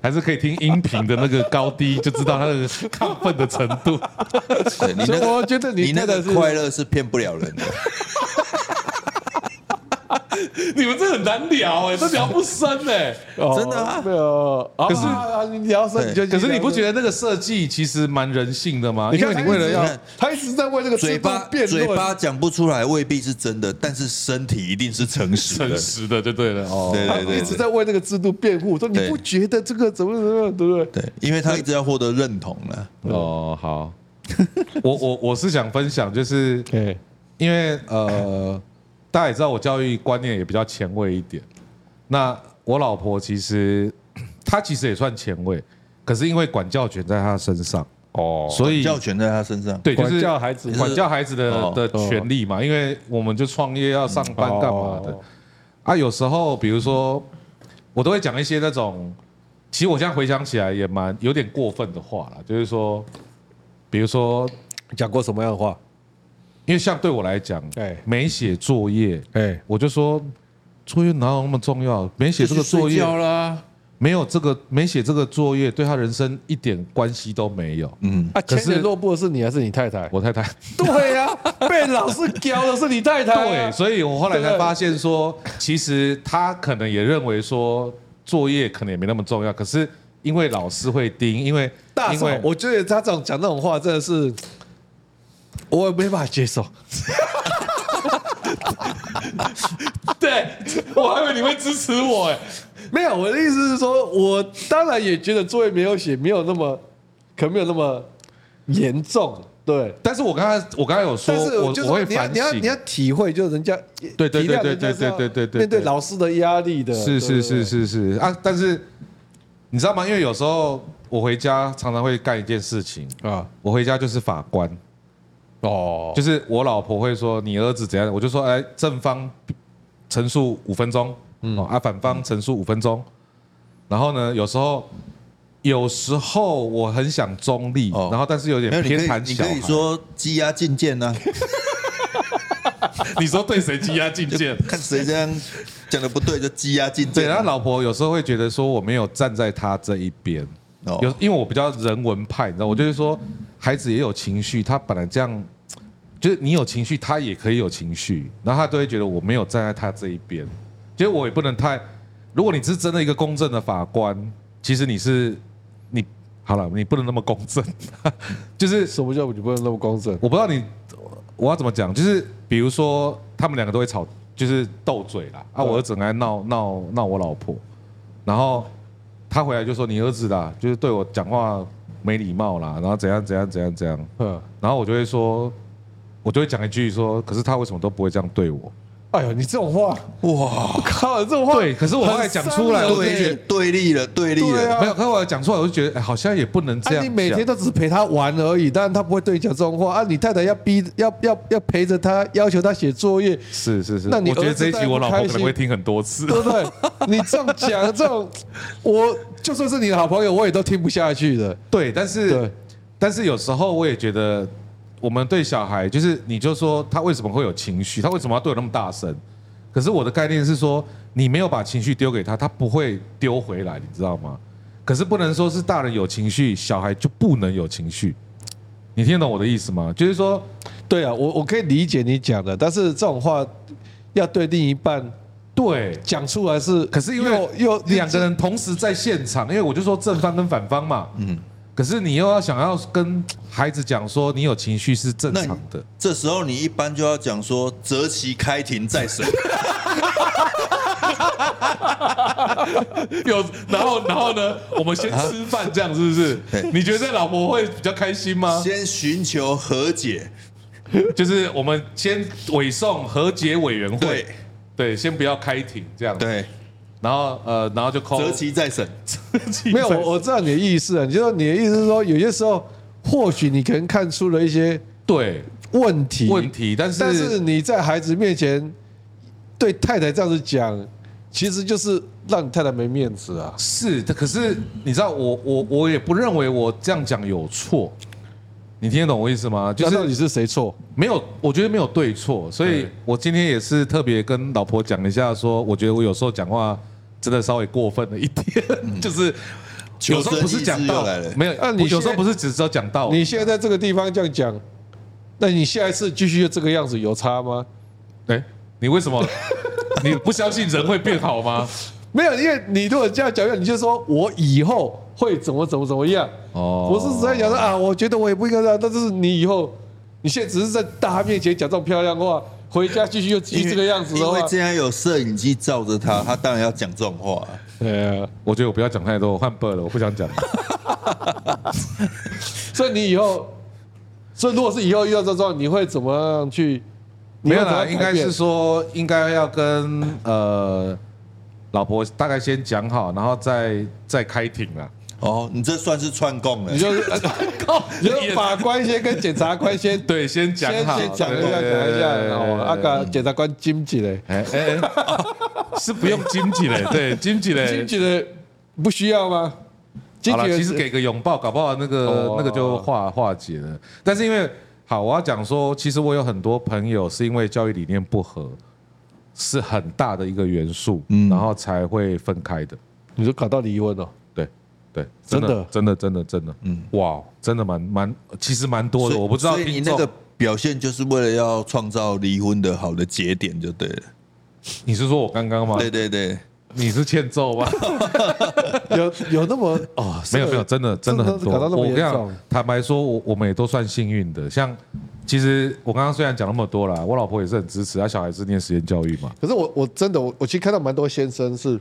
Speaker 1: 还是可以听音频的那个高低，就知道他的亢奋的程度。
Speaker 3: 对你
Speaker 2: 所
Speaker 3: 那
Speaker 2: 以
Speaker 3: 个，
Speaker 2: 我觉得你
Speaker 3: 你那个
Speaker 2: 真的是
Speaker 3: 快乐是骗不了人的。
Speaker 1: 你们这很难聊哎、这聊不深哎、
Speaker 2: 哦
Speaker 3: 真的啊
Speaker 2: 没有。可
Speaker 1: 是
Speaker 2: 你聊什么？ <laughs> 你就
Speaker 1: 可是你不觉
Speaker 2: 得？
Speaker 1: 得那个设计其实蛮人性的吗？
Speaker 2: 你
Speaker 1: 因为
Speaker 2: 看
Speaker 1: 你为了要
Speaker 2: 他一直他一直在为这个
Speaker 3: 嘴
Speaker 2: 制度
Speaker 3: 巴
Speaker 2: 辩
Speaker 3: 嘴
Speaker 2: 论，
Speaker 3: 巴讲不出来，未必是真的，但是身体一定是诚实的
Speaker 1: 诚。实的就对了哦。
Speaker 3: 对
Speaker 2: 他
Speaker 3: 对
Speaker 2: 一
Speaker 3: 对
Speaker 2: 直
Speaker 3: 对
Speaker 2: 在为这个制度辩护，说你
Speaker 3: 对
Speaker 2: 不觉得这个怎么怎么样，对不对？
Speaker 3: 对，因为他一直要获得认同啊了。
Speaker 1: 哦，好， <laughs> 我我我是想分享，就是
Speaker 2: 对，
Speaker 1: 因为呃，大家也知道我教育观念也比较前卫一点。那我老婆其实她其实也算前卫，可是因为管教权在她身上，
Speaker 2: 哦
Speaker 1: 所以
Speaker 3: 教权在他身上。
Speaker 1: 对，就是
Speaker 2: 管教孩子
Speaker 1: 管教孩子的
Speaker 3: 哦
Speaker 1: 的权利嘛，因为我们就创业要上班干嘛的
Speaker 2: 哦
Speaker 1: 啊。有时候，比如说，我都会讲一些那种，其实我现在回想起来也蛮有点过分的话啦，就是说，比如说，
Speaker 2: 讲过什么样的话？
Speaker 1: 因为像对我来讲
Speaker 2: 哎，
Speaker 1: 没写作业，
Speaker 2: 哎，
Speaker 1: 我就说作业哪有那么重要？没写这个作
Speaker 3: 就是睡
Speaker 1: 业，
Speaker 2: 啊
Speaker 3: 觉啦，
Speaker 1: 没有这个没写这个作业，对他人生一点关系都没有。
Speaker 3: 嗯，
Speaker 2: 啊，
Speaker 1: 可
Speaker 2: 牵
Speaker 1: 是
Speaker 2: 你落步的是你还是你太太？
Speaker 1: 我太太
Speaker 2: 对呀、被老师教的是你太太啊、
Speaker 1: 对，所以我后来才发现说，其实他可能也认为说作业可能也没那么重要，可是因为老师会盯，因为
Speaker 2: 大
Speaker 1: 因
Speaker 2: 嫂
Speaker 1: 为，
Speaker 2: 我觉得他这种讲那种话真的是，我也没办法接受。
Speaker 1: <laughs> 对，我还以为你会支持我哎，
Speaker 2: <laughs> 没有，我的意思是说，我当然也觉得作业没有写，没有那么，可能没有那么严重，对。
Speaker 1: 但是我刚才我刚才有说，
Speaker 2: 但是
Speaker 1: 我
Speaker 2: 就是
Speaker 1: 我会
Speaker 2: 你要
Speaker 1: 反
Speaker 2: 你要
Speaker 1: 省
Speaker 2: 你。要体会，就是人家
Speaker 1: 对对
Speaker 2: 体谅
Speaker 1: 对
Speaker 2: 人家
Speaker 1: 对对
Speaker 2: 是要
Speaker 1: 对对对
Speaker 2: 面对
Speaker 1: 对
Speaker 2: 老师的压力的，
Speaker 1: 是
Speaker 2: 对
Speaker 1: 是是，是是啊，但是你知道吗？因为有时候我回家常常会干一件事情，
Speaker 2: 对啊
Speaker 1: 我回家就是法官，
Speaker 2: 哦，
Speaker 1: 就是我老婆会说你儿子怎样，我就说哎，正方陈述五分钟，
Speaker 3: 嗯
Speaker 1: 哦啊，反方陈述五分钟。然后呢，有时候有时候我很想中立，
Speaker 3: 哦
Speaker 1: 然后但是有点
Speaker 3: 没有，你
Speaker 1: 偏
Speaker 3: 可以
Speaker 1: 袒
Speaker 3: 你
Speaker 1: 小啊
Speaker 3: 可以
Speaker 1: 孩。
Speaker 3: 说鸡鸭进谏
Speaker 1: <laughs>
Speaker 3: 啊呐，
Speaker 1: 你说对谁欺压境界？
Speaker 3: 看谁这样讲的不对就鸡鸭进
Speaker 1: 对，
Speaker 3: 谏
Speaker 1: 然后
Speaker 3: 啊。
Speaker 1: 老婆有时候会觉得说我没有站在他这一边，
Speaker 3: 哦
Speaker 1: 有因为我比较人文派，你知道，我就是说孩子也有情绪，他本来这样，就是你有情绪，他也可以有情绪，然后他都会觉得我没有站在他这一边，其实我也不能太，如果你是真的一个公正的法官，其实你是你好了，你不能那么公正， <laughs> 就是
Speaker 2: 什么叫你不能那么公正？
Speaker 1: 我不知道你我要怎么讲，就是比如说他们两个都会吵，就是斗嘴啦。啊，
Speaker 2: 对
Speaker 1: 我儿子很爱闹闹闹我老婆，然后他回来就说你儿子啦，就是对我讲话没礼貌啦，然后怎样怎样怎样怎样，
Speaker 2: 嗯，
Speaker 1: 然后我就会说，我就会讲一句说，可是他为什么都不会这样对我？
Speaker 2: 哎呦，你这种话，
Speaker 3: 哇，
Speaker 2: 我靠，这种话，
Speaker 1: 对可是我后来讲出来我就
Speaker 2: 对
Speaker 1: 觉
Speaker 3: 对对立了，对立
Speaker 2: 对
Speaker 3: 了，
Speaker 2: 啊
Speaker 1: 没有，可是我讲出来，我就觉得、哎好像也不能这
Speaker 2: 啊，
Speaker 1: 样、
Speaker 2: 你每天。都只陪他玩而已，但他不会对你讲这种话啊！你太太要逼要要要陪着他，要求他写作业， <laughs>
Speaker 1: 是是是，
Speaker 2: 那你
Speaker 1: 我觉
Speaker 2: 儿
Speaker 1: 得
Speaker 2: 子
Speaker 1: 这一
Speaker 2: 带
Speaker 1: 集
Speaker 2: 不
Speaker 1: 我老婆
Speaker 2: 开
Speaker 1: 可能
Speaker 2: 心
Speaker 1: 会听很多次。
Speaker 2: 对不对？你这种讲这种，我就算是你的好朋友，我也都听不下去的。
Speaker 1: 对，但是
Speaker 2: 对
Speaker 1: 但是有时候我也觉得，我们对小孩就是，你就说他为什么会有情绪，他为什么要对我那么大声？可是我的概念是说，你没有把情绪丢给他，他不会丢回来，你知道吗？可是不能说是大人有情绪，小孩就不能有情绪。你听得懂我的意思吗？就是说，
Speaker 2: 对啊，我我可以理解你讲的，但是这种话要对另一半
Speaker 1: 对，
Speaker 2: 讲出来是，
Speaker 1: 可是因为
Speaker 2: 又又
Speaker 1: 两个人同时在现场，因为我就说正方跟反方嘛，嗯。可是你又要想要跟孩子讲说，你有情绪是正
Speaker 3: 那你
Speaker 1: 常的。
Speaker 3: 这时候你一般就要讲说择其开庭再
Speaker 2: <laughs>
Speaker 3: 审，
Speaker 1: <laughs> 有，然后然后呢？我们先吃饭，这样是不
Speaker 2: 啊
Speaker 1: 是？你觉得老婆会比较开心吗？
Speaker 3: 先寻求和解。
Speaker 1: 就是我们先委送和解委员会
Speaker 3: 对，
Speaker 1: 对，先不要开庭这样。，
Speaker 3: 对，
Speaker 1: 然后呃，然后就
Speaker 2: 哦
Speaker 1: 扣
Speaker 3: 择其再审。
Speaker 2: 没有，我我知道你的意思啊，你就说你的意思是说，有些时候或许你可能看出了一些
Speaker 1: 对
Speaker 2: 问题，
Speaker 1: 问题，但是
Speaker 2: 但是你在孩子面前对太太这样子讲，其实就是让你太太没面子啊。
Speaker 1: 是的，可是你知道我我我也不认为我这样讲有错，你听得懂我意思吗？就
Speaker 2: 那
Speaker 1: 是
Speaker 2: 到底是谁错？
Speaker 1: 没有，我觉得没有对错，所以
Speaker 2: 对
Speaker 1: 我今天也是特别跟老婆讲一下说，我觉得我有时候讲话真的稍微过分了一点，就是有时候不是讲
Speaker 3: 求生意志又
Speaker 1: 道
Speaker 3: 来了
Speaker 1: 没有，
Speaker 2: 那你
Speaker 1: 有时
Speaker 2: 现
Speaker 1: 候
Speaker 2: 在
Speaker 1: 不是只知道讲道理
Speaker 2: 你，现在在这个地方这样讲，那你下一次继续就这个样子有差吗？
Speaker 1: 哎，你为什么你不相信人会变好吗？
Speaker 2: 没有，因为你如果这样讲，你就说我以后会怎么怎么怎么样。
Speaker 1: 哦
Speaker 2: 我是只在讲说啊，我觉得我也不应该这样，但是你以后，你现在只是在大家面前讲这种漂亮话，回家继续又继续这个样子的
Speaker 3: 因
Speaker 2: 话
Speaker 3: 为，既然有摄影机照着他，他当然要讲这种话。
Speaker 2: 对啊，
Speaker 1: 我觉得我不要讲太多，我换 bird 了，我不想讲。
Speaker 2: 所以你以后，所以如果是以后遇到这种状况，你会怎么样去？你
Speaker 1: 没
Speaker 2: 会
Speaker 1: 有
Speaker 2: 怎么
Speaker 1: 啦，
Speaker 2: 样
Speaker 1: 应
Speaker 2: 改
Speaker 1: 该
Speaker 2: 变
Speaker 1: 是说应该要跟呃老婆大概先讲好，然后再再开庭啦。
Speaker 3: 哦，你这算是串供了
Speaker 1: <laughs>
Speaker 2: 你。就是，呃你就法官先跟检察官先
Speaker 1: 对，先讲
Speaker 2: 先
Speaker 1: 好，
Speaker 2: 先讲一
Speaker 1: 对
Speaker 2: 下，讲一下，哦，阿。
Speaker 1: 对对对对对对
Speaker 2: 个检察官经济嘞，
Speaker 1: 哎哎，哎 <laughs> 是不用经济嘞，对，经济嘞
Speaker 2: 经。济嘞不需要吗？经
Speaker 1: 好了，
Speaker 2: 济
Speaker 1: 其实给个拥抱，搞不好那个
Speaker 2: 哦
Speaker 1: 那个就化化解了。但是因为好，我要讲说，其实我有很多朋友是因为教育理念不合，是很大的一个元素，然后才会分开的。
Speaker 2: 你说搞到离婚哦？
Speaker 1: 对对，
Speaker 2: 真的
Speaker 1: 真的真的真的，嗯，哇，真的蛮蛮，其实蛮多
Speaker 3: 所
Speaker 1: 的，
Speaker 3: 以
Speaker 1: 我不知道
Speaker 3: 所以你
Speaker 1: 听
Speaker 3: 那
Speaker 1: 众
Speaker 3: 个表现就是为了要创造离婚的好的节点就对了。
Speaker 1: 你是说我刚刚吗？
Speaker 3: 对对对，
Speaker 1: 你是欠揍吗？
Speaker 2: 有有那么
Speaker 1: <laughs>
Speaker 2: 哦？
Speaker 1: 没有没有，真的真的很
Speaker 2: 真的搞
Speaker 1: 多。
Speaker 2: 到那
Speaker 1: 我
Speaker 2: 么
Speaker 1: 跟你
Speaker 2: 严
Speaker 1: 讲
Speaker 2: 重，
Speaker 1: 坦白说，我我们也都算幸运的。像其实我刚刚虽然讲那么多啦，我老婆也是很支持，啊她小孩是念实验教育嘛。
Speaker 2: 可是我我真的我我其实看到蛮多先生是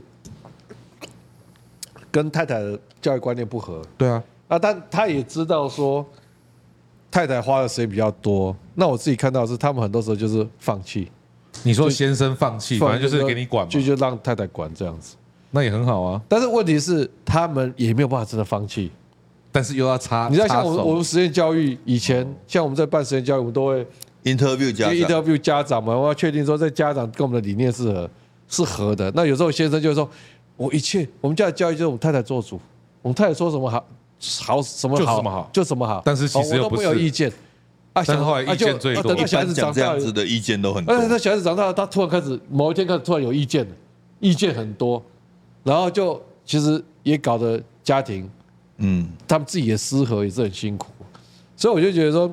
Speaker 2: 跟太太的教育观念不合，
Speaker 1: 对啊，
Speaker 2: 啊，但他也知道说太太花的时间比较多。那我自己看到的是，他们很多时候就是放弃，
Speaker 1: 你说先生放弃，反正就是给你管嘛
Speaker 2: 就，就让太太管这样子。
Speaker 1: 那也很好啊。
Speaker 2: 但是问题是，他们也没有办法真的放弃。
Speaker 1: 但是又要插，
Speaker 2: 你知道，像我
Speaker 1: 插
Speaker 2: 们
Speaker 1: 手
Speaker 2: 我们实验教育以前，像我们在办实验教育，我们都会
Speaker 3: interview
Speaker 2: 因
Speaker 3: 家
Speaker 1: 啊
Speaker 2: 为
Speaker 3: 长
Speaker 2: interview 家长嘛，我要确定说这家长跟我们的理念是合是合的。那有时候先生就会说，我一切我们家的教育就是我们太太做主，我们太太说什么好好什么
Speaker 1: 就
Speaker 2: 好
Speaker 1: 什么好
Speaker 2: 就什么好，
Speaker 1: 但是其实
Speaker 2: 哦我
Speaker 1: 又
Speaker 2: 都
Speaker 1: 不
Speaker 2: 没
Speaker 1: 是
Speaker 2: 有意见。啊，
Speaker 1: 但是
Speaker 2: 想
Speaker 1: 后来意
Speaker 2: 啊就
Speaker 1: 见最
Speaker 2: 啊
Speaker 1: 多
Speaker 2: 等到
Speaker 3: 一
Speaker 2: 小孩
Speaker 3: 般
Speaker 2: 子
Speaker 3: 讲
Speaker 2: 长
Speaker 3: 这
Speaker 2: 大
Speaker 3: 样
Speaker 2: 了，
Speaker 3: 子的意见都很多
Speaker 2: 而。且这小孩子长大了，他突然开始某一天开始突然有意见了，意见很多，然后就其实也搞得家庭
Speaker 3: 嗯，
Speaker 2: 他们自己也失和，也是很辛苦。所以我就觉得说，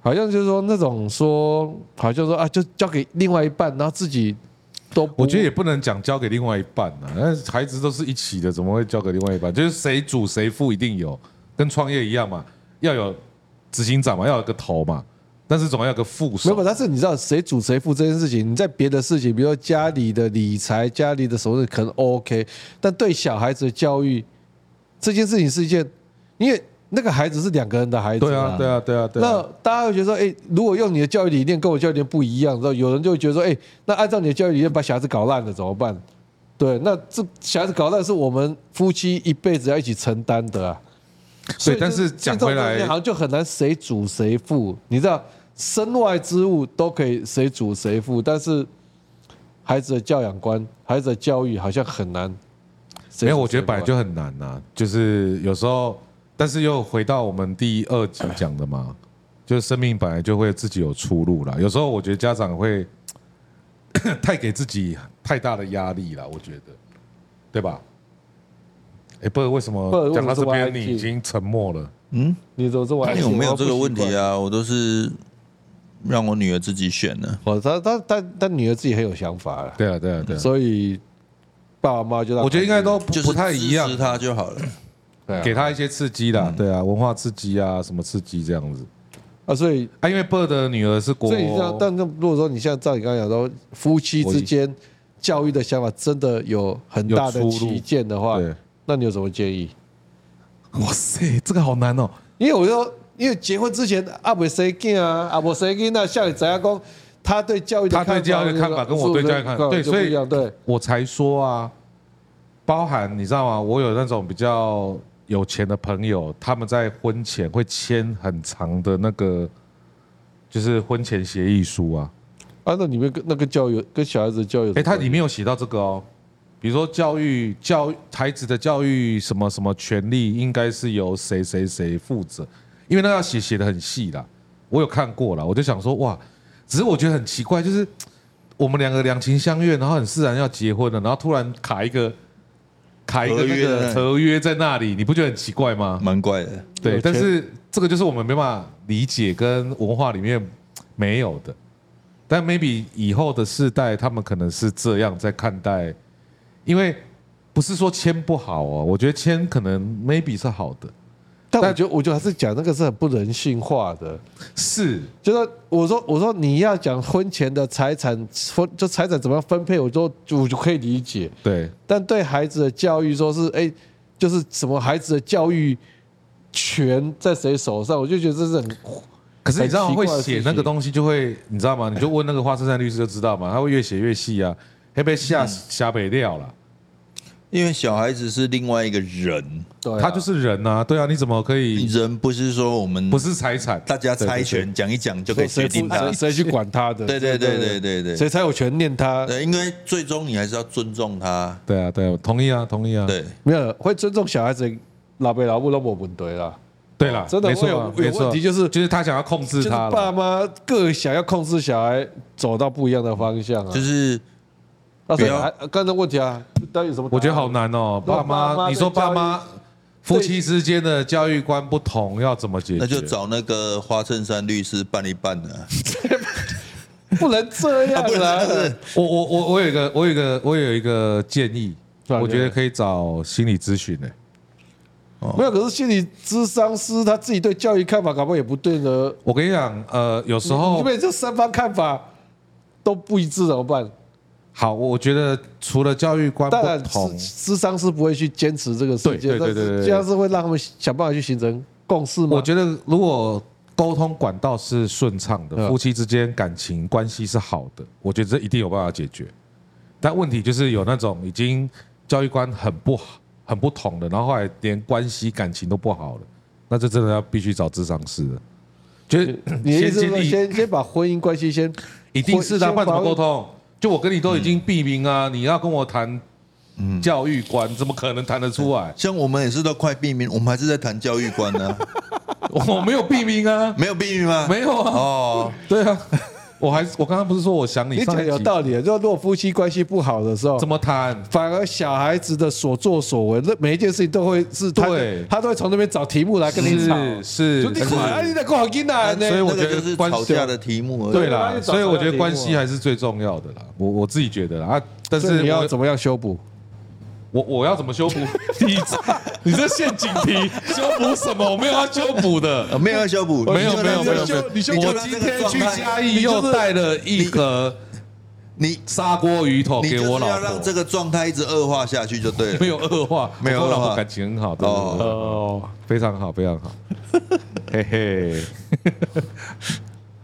Speaker 2: 好像就是说那种说，好像说啊，就交给另外一半，然后自己都不
Speaker 1: 我觉得也不能讲交给另外一半啊，那孩子都是一起的，怎么会交给另外一半？就是谁主谁负一定有，跟创业一样嘛，要有执行长嘛，要有个头嘛，但是总要有个副
Speaker 2: 没有，
Speaker 1: 手。
Speaker 2: 但是你知道谁主谁负这件事情，你在别的事情，比如说家里的理财、家里的什么可能 OK，但对小孩子的教育这件事情是一件，因为那个孩子是两个人的孩子、
Speaker 1: 对啊，对啊，对啊，对啊
Speaker 2: 那。大家会觉得说，哎、如果用你的教育理念跟我教育理念不一样，然后有人就会觉得说，哎、那按照你的教育理念把小孩子搞烂了怎么办？对，那这小孩子搞烂是我们夫妻一辈子要一起承担的啊。所以
Speaker 1: 但
Speaker 2: 就是这
Speaker 1: 讲
Speaker 2: 种
Speaker 1: 回
Speaker 2: 东西
Speaker 1: 来
Speaker 2: 好像就很难谁主谁负。你知道，身外之物都可以谁主谁负，但是孩子的教养观、孩子的教育好像很难谁主谁负啊。
Speaker 1: 没有，我觉得本来就很难呐、啊就是有时候，但是又回到我们第二集讲的嘛，就是生命本来就会自己有出路啦。有时候我觉得家长会 <coughs> 太给自己太大的压力啦，我觉得，对吧？哎，不，为什
Speaker 2: 不
Speaker 1: 么
Speaker 2: 为什
Speaker 1: 讲
Speaker 2: 么
Speaker 1: 到
Speaker 2: 这
Speaker 1: 这
Speaker 2: 么安
Speaker 1: 边
Speaker 2: 静
Speaker 1: 你已经沉默了？
Speaker 2: 你怎么这么爱
Speaker 3: 但我
Speaker 2: 我
Speaker 3: 没有这个问
Speaker 2: 啊。
Speaker 3: 题啊，我都是让我女儿自己选的。
Speaker 2: 哦，他他他他女儿自己很有想法了，
Speaker 1: 对啊，对啊，对啊。
Speaker 2: 所以爸爸妈妈就让
Speaker 1: 我觉得应该都不
Speaker 3: 就是
Speaker 1: 不太一样
Speaker 3: 支持，她就好了。
Speaker 2: 对啊
Speaker 1: 给他一些刺激
Speaker 3: 嗯
Speaker 1: 啦，对啊，文化刺激啊，什么刺激这样子
Speaker 2: 啊，所以
Speaker 1: 啊，因为 Bird 的女儿是国
Speaker 2: 所以你知道，但那如果说你像照你刚刚讲说，夫妻之间教育的想法真的有很大的
Speaker 1: 有出入
Speaker 2: 歧见的话
Speaker 1: 对，
Speaker 2: 那你有什么建议？
Speaker 1: 哇塞，这个好难哦。
Speaker 2: 因为我就因为结婚之前阿伯谁见啊，阿伯谁见那像你怎样讲，他对教育的
Speaker 1: 他对教育的看法跟我对教育的看法对
Speaker 2: 就不一样，对，
Speaker 1: 我才说啊，包含你知道吗？我有那种比较有钱的朋友，他们在婚前会签很长的那个，就是婚前协议书啊。
Speaker 2: 啊，那里面跟那个教育跟小孩子的教育有什
Speaker 1: 哎，
Speaker 2: 么
Speaker 1: 它
Speaker 2: 关系，
Speaker 1: 里面有写到这个哦，比如说教育教孩子的教育什么什么权利，应该是由谁谁谁负责，因为那要写写的很细啦，我有看过啦，我就想说哇，只是我觉得很奇怪，就是我们两个两情相悦，然后很自然要结婚了，然后突然卡一个卡一个那个合约在那里，你不觉得很奇怪吗？
Speaker 3: 蛮怪的，
Speaker 1: 对，
Speaker 2: 有
Speaker 1: 但
Speaker 2: 钱
Speaker 1: 是这个就是我们没办法理解跟文化里面没有的。但 maybe 以后的世代，他们可能是这样在看待，因为不是说签不好哦，我觉得签可能 maybe 是好的，
Speaker 2: 但我
Speaker 1: 但
Speaker 2: 觉得我觉得还是讲那个是很不人性化的。
Speaker 1: 是
Speaker 2: 就说我说我说你要讲婚前的财产分就财产怎么样分配，我说我就可以理解，
Speaker 1: 对，
Speaker 2: 但对孩子的教育说是哎，就是什么孩子的教育权在谁手上，我就觉得这是很
Speaker 1: 可是你知道
Speaker 2: 很奇怪
Speaker 1: 会
Speaker 2: 的事情
Speaker 1: 写那个东西就会，你知道吗？你就问那个花生山律师就知道嘛，他会越写越细啊，会被吓
Speaker 2: 嗯
Speaker 1: 吓北料了。
Speaker 3: 因为小孩子是另外一个人，
Speaker 2: 对啊、嗯
Speaker 1: 他就是人啊，对啊，你怎么可以
Speaker 3: 人不是说我们
Speaker 1: 不是财产？
Speaker 3: 大家猜
Speaker 1: 对对
Speaker 3: 拳讲一讲就可
Speaker 2: 说
Speaker 3: 以决
Speaker 2: 谁
Speaker 3: 定
Speaker 2: 负
Speaker 3: 他
Speaker 2: 谁。谁去管他的，
Speaker 3: 对对对对对对
Speaker 2: 谁才有权念他？
Speaker 3: 对，因为最终你还是要尊重他。
Speaker 1: 对对啊，对啊，我同意啊，同意啊。
Speaker 3: 对，
Speaker 2: 没有会尊重小孩子，老辈老母都没问题啦。
Speaker 1: 对啦，
Speaker 2: 哦真的
Speaker 1: 没错
Speaker 2: 会有
Speaker 1: 啊，
Speaker 2: 有
Speaker 1: 没错啊
Speaker 2: 问题就是
Speaker 1: 就是他想要控
Speaker 2: 就
Speaker 1: 制
Speaker 2: 是
Speaker 1: 他了，
Speaker 2: 爸妈各想要控制小孩走到不一样的方向啊，
Speaker 3: 就是
Speaker 2: 那谁
Speaker 3: 不要
Speaker 2: 还刚才的问题啊？到底有什么答案？
Speaker 1: 我觉得好难哦，
Speaker 2: 如
Speaker 1: 爸
Speaker 2: 果爸妈
Speaker 1: 妈，
Speaker 2: 的
Speaker 1: 你说爸妈
Speaker 2: 教
Speaker 1: 夫妻之间的教育观不同，要怎么解决？
Speaker 3: 那就找那个花衬衫律师办一办啊呢、
Speaker 2: <laughs> 不能这样
Speaker 3: 不
Speaker 2: 啊
Speaker 3: 然真！的？
Speaker 1: 我我我我有一个我有一个我有一个建议，
Speaker 2: 对啊
Speaker 1: 我觉得可以找心理咨询欸诶。
Speaker 2: 没有，可是心理咨商师他自己对教育看法，搞不好也不对呢。
Speaker 1: 我跟你讲，呃，有时
Speaker 2: 因
Speaker 1: 候
Speaker 2: 为这三方看法都不一致，怎么办？
Speaker 1: 好，我觉得除了教育观
Speaker 2: 当然
Speaker 1: 不，同，
Speaker 2: 智商是不会去坚持这个世界，
Speaker 1: 对对对对对
Speaker 2: 但
Speaker 1: 对
Speaker 2: 是这样是会让他们想办法去形成共识嘛？
Speaker 1: 我觉得如果沟通管道是顺畅的，
Speaker 2: 嗯
Speaker 1: 夫妻之间感情关系是好的，我觉得这一定有办法解决。但问题就是有那种已经教育观很不好、很不同的，然后后来连关系感情都不好了，那这真的要必须找智商师了。就是 <clears throat>
Speaker 2: 你的意思是
Speaker 1: 建
Speaker 2: 说
Speaker 1: 立
Speaker 2: 先先把婚姻关系先
Speaker 1: 一定是的啊，
Speaker 2: 先嗯
Speaker 1: 不然怎么
Speaker 2: 把
Speaker 1: 沟通？就我跟你都已经避名啊，你要跟我谈
Speaker 2: 嗯
Speaker 1: 教育观，怎么可能谈得出来
Speaker 3: <laughs>
Speaker 2: <laughs>
Speaker 3: 像我们也是都快避免，我们还是在谈教育观呢、
Speaker 1: 我没有避名啊，
Speaker 3: <laughs> 没有避免吗？
Speaker 1: 没有啊， <laughs>
Speaker 3: 哦，
Speaker 1: 对啊，我还是我刚刚不是说我想你
Speaker 2: 你
Speaker 1: 上
Speaker 2: 讲
Speaker 1: 一
Speaker 2: 有
Speaker 1: 集
Speaker 2: 道理，啊就若夫妻关系不好的时候，
Speaker 1: 怎么谈？
Speaker 2: 反而小孩子的所作所为，那每一件事情都会是他
Speaker 1: 对
Speaker 2: 他都会从那边找题目来跟你吵。
Speaker 1: 是是
Speaker 2: 就你
Speaker 1: 是
Speaker 2: 管啊，你在搞好囡仔呢？
Speaker 1: 所以我
Speaker 3: 那个
Speaker 1: 觉得
Speaker 3: 就是
Speaker 1: 哎关系啊
Speaker 3: 吵架的题目而已。
Speaker 1: 对
Speaker 2: 对啊
Speaker 1: 啦，
Speaker 2: 你找
Speaker 1: 所以我觉
Speaker 2: 到
Speaker 1: 得
Speaker 2: 题
Speaker 1: 关
Speaker 2: 目啊
Speaker 1: 系还是最重要的啦。我我自己觉得啦，啊，但
Speaker 2: 所以
Speaker 1: 是
Speaker 2: 你要
Speaker 1: 我
Speaker 2: 怎么样修补？
Speaker 1: 我我要怎么修补你这？你这陷阱题，修补什么？我没有要修补的。
Speaker 3: 呃没有要修补，
Speaker 1: 没有
Speaker 3: 你就
Speaker 1: 没有
Speaker 3: 让
Speaker 1: 没有
Speaker 3: 这个
Speaker 2: 你就
Speaker 3: 你
Speaker 1: 我
Speaker 3: 就让
Speaker 1: 今
Speaker 3: 这个
Speaker 1: 天去
Speaker 3: 状态
Speaker 1: 嘉义又带了一盒
Speaker 3: 你
Speaker 1: 砂锅鱼头
Speaker 3: 你
Speaker 1: 哦给
Speaker 3: 就是
Speaker 1: 我
Speaker 3: 要
Speaker 1: 老
Speaker 3: 让这
Speaker 1: 婆，
Speaker 3: 个状态一直恶化下去就对了。
Speaker 1: 没有恶化，
Speaker 3: 没有
Speaker 1: 我跟我
Speaker 3: 恶
Speaker 1: 老
Speaker 3: 化
Speaker 1: 婆感情很好，对
Speaker 3: 哦
Speaker 1: 对对
Speaker 2: 哦，
Speaker 1: 非常好，非常
Speaker 3: <laughs>
Speaker 1: 好，嘿嘿，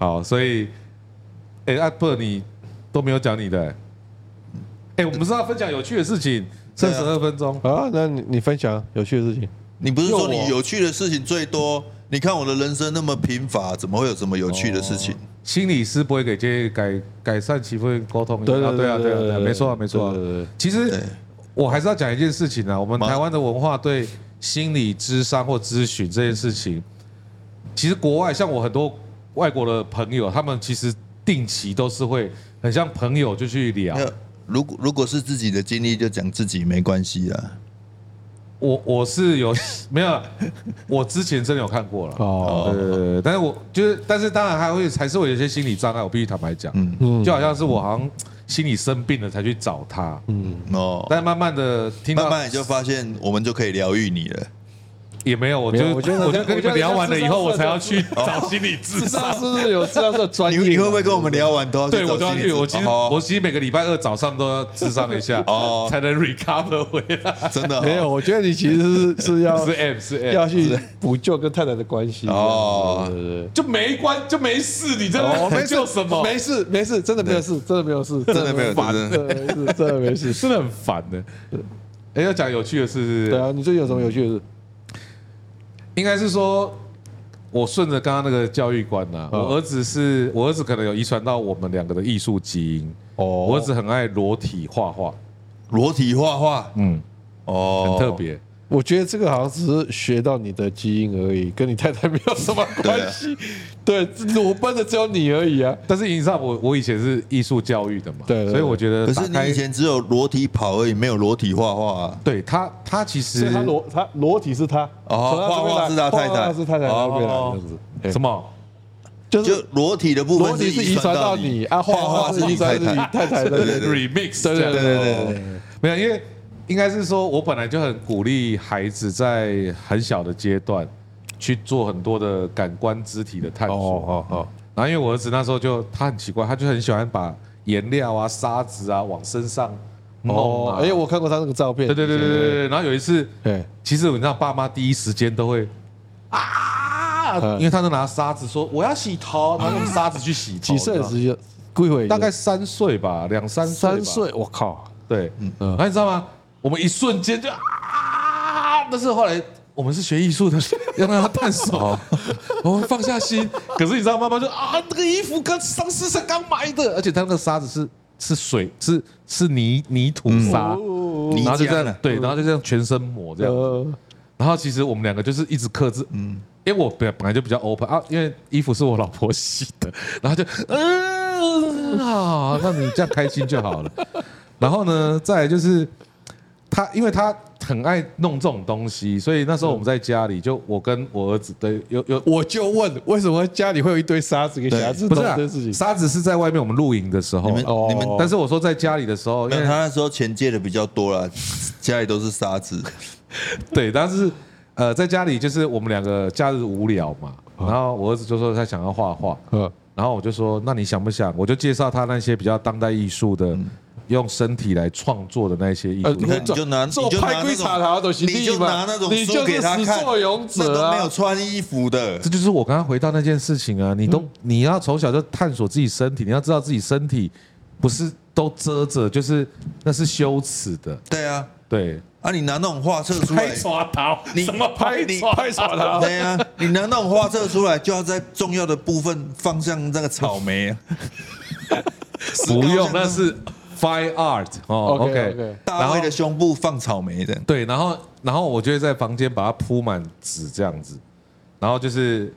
Speaker 1: 好，所以，哎、阿伯你都没有讲你的、哎、我们是要分享有趣的事情，剩
Speaker 3: 对啊
Speaker 1: 十二分钟，
Speaker 2: 啊，那你你分享有趣的事情，
Speaker 3: 你不是说
Speaker 1: 又
Speaker 3: 你
Speaker 1: 我
Speaker 3: 有趣的事情最多？你看我的人生那么贫乏，怎么会有什么有趣的事情？
Speaker 1: 心理师不会给建议，改改善媳妇沟通，
Speaker 2: 对对
Speaker 1: 啊对啊
Speaker 2: 对
Speaker 1: 对啊
Speaker 2: 对
Speaker 1: 对啊，
Speaker 2: 对
Speaker 1: 没错啊没错啊
Speaker 2: 对对对，
Speaker 1: 其实
Speaker 3: 对
Speaker 1: 我还是要讲一件事情啊，我们
Speaker 3: 吗
Speaker 1: 台湾的文化对心理咨商或咨询这件事情，其实国外像我很多外国的朋友，他们其实定期都是会很像朋友就去聊
Speaker 3: 没。有如果如果是自己的经历，就讲自己没关系啊。
Speaker 1: 我我是有 <laughs> 没有，啊我之前真的有看过了。
Speaker 2: 哦
Speaker 1: 哦，对对对，但是我就是，但是当然还会还是会有一些心理障碍，我必须坦白讲，
Speaker 3: 嗯
Speaker 2: 嗯
Speaker 1: 就好像是我好像心理生病了才去找他，
Speaker 3: 哦，
Speaker 1: 但慢慢的听到
Speaker 3: 慢慢你就发现，我们就可以疗愈你了。
Speaker 1: 也没有，我
Speaker 2: 没有
Speaker 1: 就
Speaker 2: 我觉得
Speaker 1: 我就跟你
Speaker 2: 我觉得
Speaker 1: 们聊完了以后，
Speaker 2: 我
Speaker 1: 我才要去找心理
Speaker 2: 智
Speaker 1: 咨
Speaker 2: 商
Speaker 1: 商。
Speaker 2: 是有智
Speaker 1: 啊
Speaker 2: 商是有专
Speaker 3: 啊你
Speaker 2: 业的，
Speaker 3: 你会不会跟我们聊完都要去
Speaker 1: 对，我都
Speaker 3: 找
Speaker 1: 要
Speaker 3: 心理
Speaker 1: 去。
Speaker 3: 咨
Speaker 1: 我其实
Speaker 3: 哦
Speaker 1: 我其实每个礼拜二早上都要智商一下，
Speaker 3: 哦
Speaker 1: 才能 recover 回来。
Speaker 3: 真的哦
Speaker 2: <laughs> 没有，我觉得你其实
Speaker 1: <laughs>
Speaker 2: 是是要
Speaker 1: 是 M 是 M，
Speaker 2: 要去补救跟太太的关系
Speaker 3: 哦
Speaker 2: 对对对。
Speaker 1: 就没关就没事，你真
Speaker 2: 哦，
Speaker 1: 的
Speaker 2: 没
Speaker 1: 救
Speaker 2: 事，
Speaker 1: 什么？
Speaker 2: 没事，没事，真的没有事，真的没有事，真
Speaker 3: 的没有
Speaker 2: 烦，
Speaker 3: 真
Speaker 2: 真的没事，真的没事。
Speaker 1: <laughs> 真的很烦的。哎，要讲有趣的事是不
Speaker 2: 对
Speaker 1: 是，
Speaker 2: 啊，你最近有什么有趣的事？
Speaker 1: 应该是说，我顺着刚刚那个教育观啊，
Speaker 2: 嗯
Speaker 1: 我儿子是我儿子可能有遗传到我们两个的艺术基因。
Speaker 2: 哦
Speaker 1: 我儿子很爱裸体画画，
Speaker 3: 裸体画画
Speaker 1: 嗯，
Speaker 3: 哦，
Speaker 1: 很特。别。
Speaker 2: 我觉得这个好像只是学到你的基因而已，跟你太太没有什么关系。对，裸奔的只有你而已啊。
Speaker 1: 但是你知道我我以前是艺术教育的嘛，
Speaker 2: 对对对
Speaker 1: 所以我觉得
Speaker 3: 可
Speaker 1: 打
Speaker 3: 是你
Speaker 1: 开
Speaker 3: 以前只有裸体跑而已，没有裸体画画啊。
Speaker 1: 对他他其
Speaker 2: 所
Speaker 1: 实
Speaker 2: 以他裸，他裸体是他，
Speaker 3: 哦
Speaker 2: 从这边来
Speaker 3: 画画是他太太
Speaker 2: 画画是太太那边来的
Speaker 1: 哦
Speaker 2: 这样子，哎
Speaker 1: 什么
Speaker 2: 就是
Speaker 3: 就裸体的部分，
Speaker 2: 裸体是遗传到你啊，画
Speaker 3: 画
Speaker 2: 画
Speaker 3: 是
Speaker 2: 是
Speaker 3: 你
Speaker 2: 遗传
Speaker 3: 太
Speaker 2: 是你
Speaker 3: 太。
Speaker 2: 太太的。
Speaker 1: <laughs>
Speaker 2: 对对
Speaker 1: remix
Speaker 2: 对对
Speaker 1: 这样
Speaker 2: 对
Speaker 3: 对
Speaker 1: 哦没有，因为应该是说我本来就很鼓励孩子在很小的阶段去做很多的感官肢体的探索。
Speaker 2: 哦哦
Speaker 1: 然后因为我儿子那时候就他很奇怪，他就很喜欢把颜料啊、沙子啊往身上弄
Speaker 2: 哦，
Speaker 1: 啊。
Speaker 2: 哎，我看过他那个照片。
Speaker 1: 对对对对对对对。然后有一次，
Speaker 2: 对，
Speaker 1: 其实你知道，爸妈第一时间都会啊，
Speaker 2: 嗯
Speaker 1: 因为他都拿沙子说我要洗头，然后用沙子去洗头。
Speaker 2: 几岁
Speaker 1: 你
Speaker 2: 的
Speaker 1: 知道
Speaker 2: 时间？几岁？
Speaker 1: 大概三岁吧，两三岁吧
Speaker 2: 三岁。我靠，
Speaker 1: 对，呃
Speaker 2: 嗯
Speaker 1: 然后你知道吗？我们一瞬间就啊，但是后来我们是学艺术的， <laughs> 要让他探
Speaker 3: 哦
Speaker 1: 索， <laughs> 我们放下心。可是你知道，妈妈就啊，那个衣服刚上市场刚买的，而且他那个沙子是是水，是是泥泥土沙，
Speaker 2: 哦
Speaker 3: 嗯泥
Speaker 1: 然后就这
Speaker 3: 浆啊
Speaker 1: 样对，然后就这样全身抹这样。
Speaker 2: 呃，
Speaker 1: 然后其实我们两个就是一直克制，嗯，因为我本本来就比较 open 啊，因为衣服是我老婆呃啊洗的，然后就嗯，好，那你这样开心就好了。 <laughs> 然后呢，再来就是他，因为他很爱弄这种东西，所以那时候我们在家里，就我跟我儿子对有有
Speaker 2: 我就问，为什么家里会有一堆沙子给小孩子
Speaker 1: 不
Speaker 2: 懂
Speaker 1: 是、
Speaker 2: 这
Speaker 1: 啊
Speaker 2: 件事、情？
Speaker 1: 沙子是在外面我们露营的时候呃
Speaker 3: 你，们
Speaker 2: 哦
Speaker 3: 你们
Speaker 1: 但是我说在家里的时候，因
Speaker 3: 没有，
Speaker 1: 为
Speaker 3: 他那时候钱借的比较多啦，家里都是沙子，
Speaker 1: 对，但是呃，在家里就是我们两个假日无聊嘛，
Speaker 2: 哦
Speaker 1: 然后我儿子就说他想要画画，
Speaker 2: 嗯，
Speaker 1: 然后我就说那你想不想？我就介绍他那些比较当代艺术的，用身体来创作的那些艺
Speaker 2: 呃
Speaker 1: 术
Speaker 3: 你。看你就拿，你
Speaker 2: 做
Speaker 3: 就拿
Speaker 2: 拍
Speaker 3: 那
Speaker 2: 龟
Speaker 3: 种
Speaker 2: 茶的都是
Speaker 3: 你就
Speaker 2: 地嘛
Speaker 3: 拿那种
Speaker 2: 你就
Speaker 3: 书
Speaker 2: 是
Speaker 3: 给他
Speaker 2: 始
Speaker 3: 看，
Speaker 2: 作俑者
Speaker 3: 那都
Speaker 2: 啊
Speaker 3: 没有穿衣服的
Speaker 1: 这，就是我刚刚回到那件事情啊，你都、你要从小就探索自己身体，你要知道自己身体不是都遮着，就是那是羞耻的。
Speaker 3: 对啊，
Speaker 1: 对，
Speaker 3: 啊，你拿那种画册出来，
Speaker 4: 耍桃，
Speaker 3: 你
Speaker 4: 什么拍
Speaker 3: 你
Speaker 4: 耍
Speaker 2: 拍耍他
Speaker 3: 对啊，你拿那种画册出来，就要在重要的部分放上那个草莓啊，
Speaker 1: 不用
Speaker 3: 高，
Speaker 1: 那是 fine art 哦
Speaker 2: OK，OK
Speaker 3: 大卫的胸部放草莓的，
Speaker 1: 对，然后然后我就会在房间把它铺满纸这样子，然后就是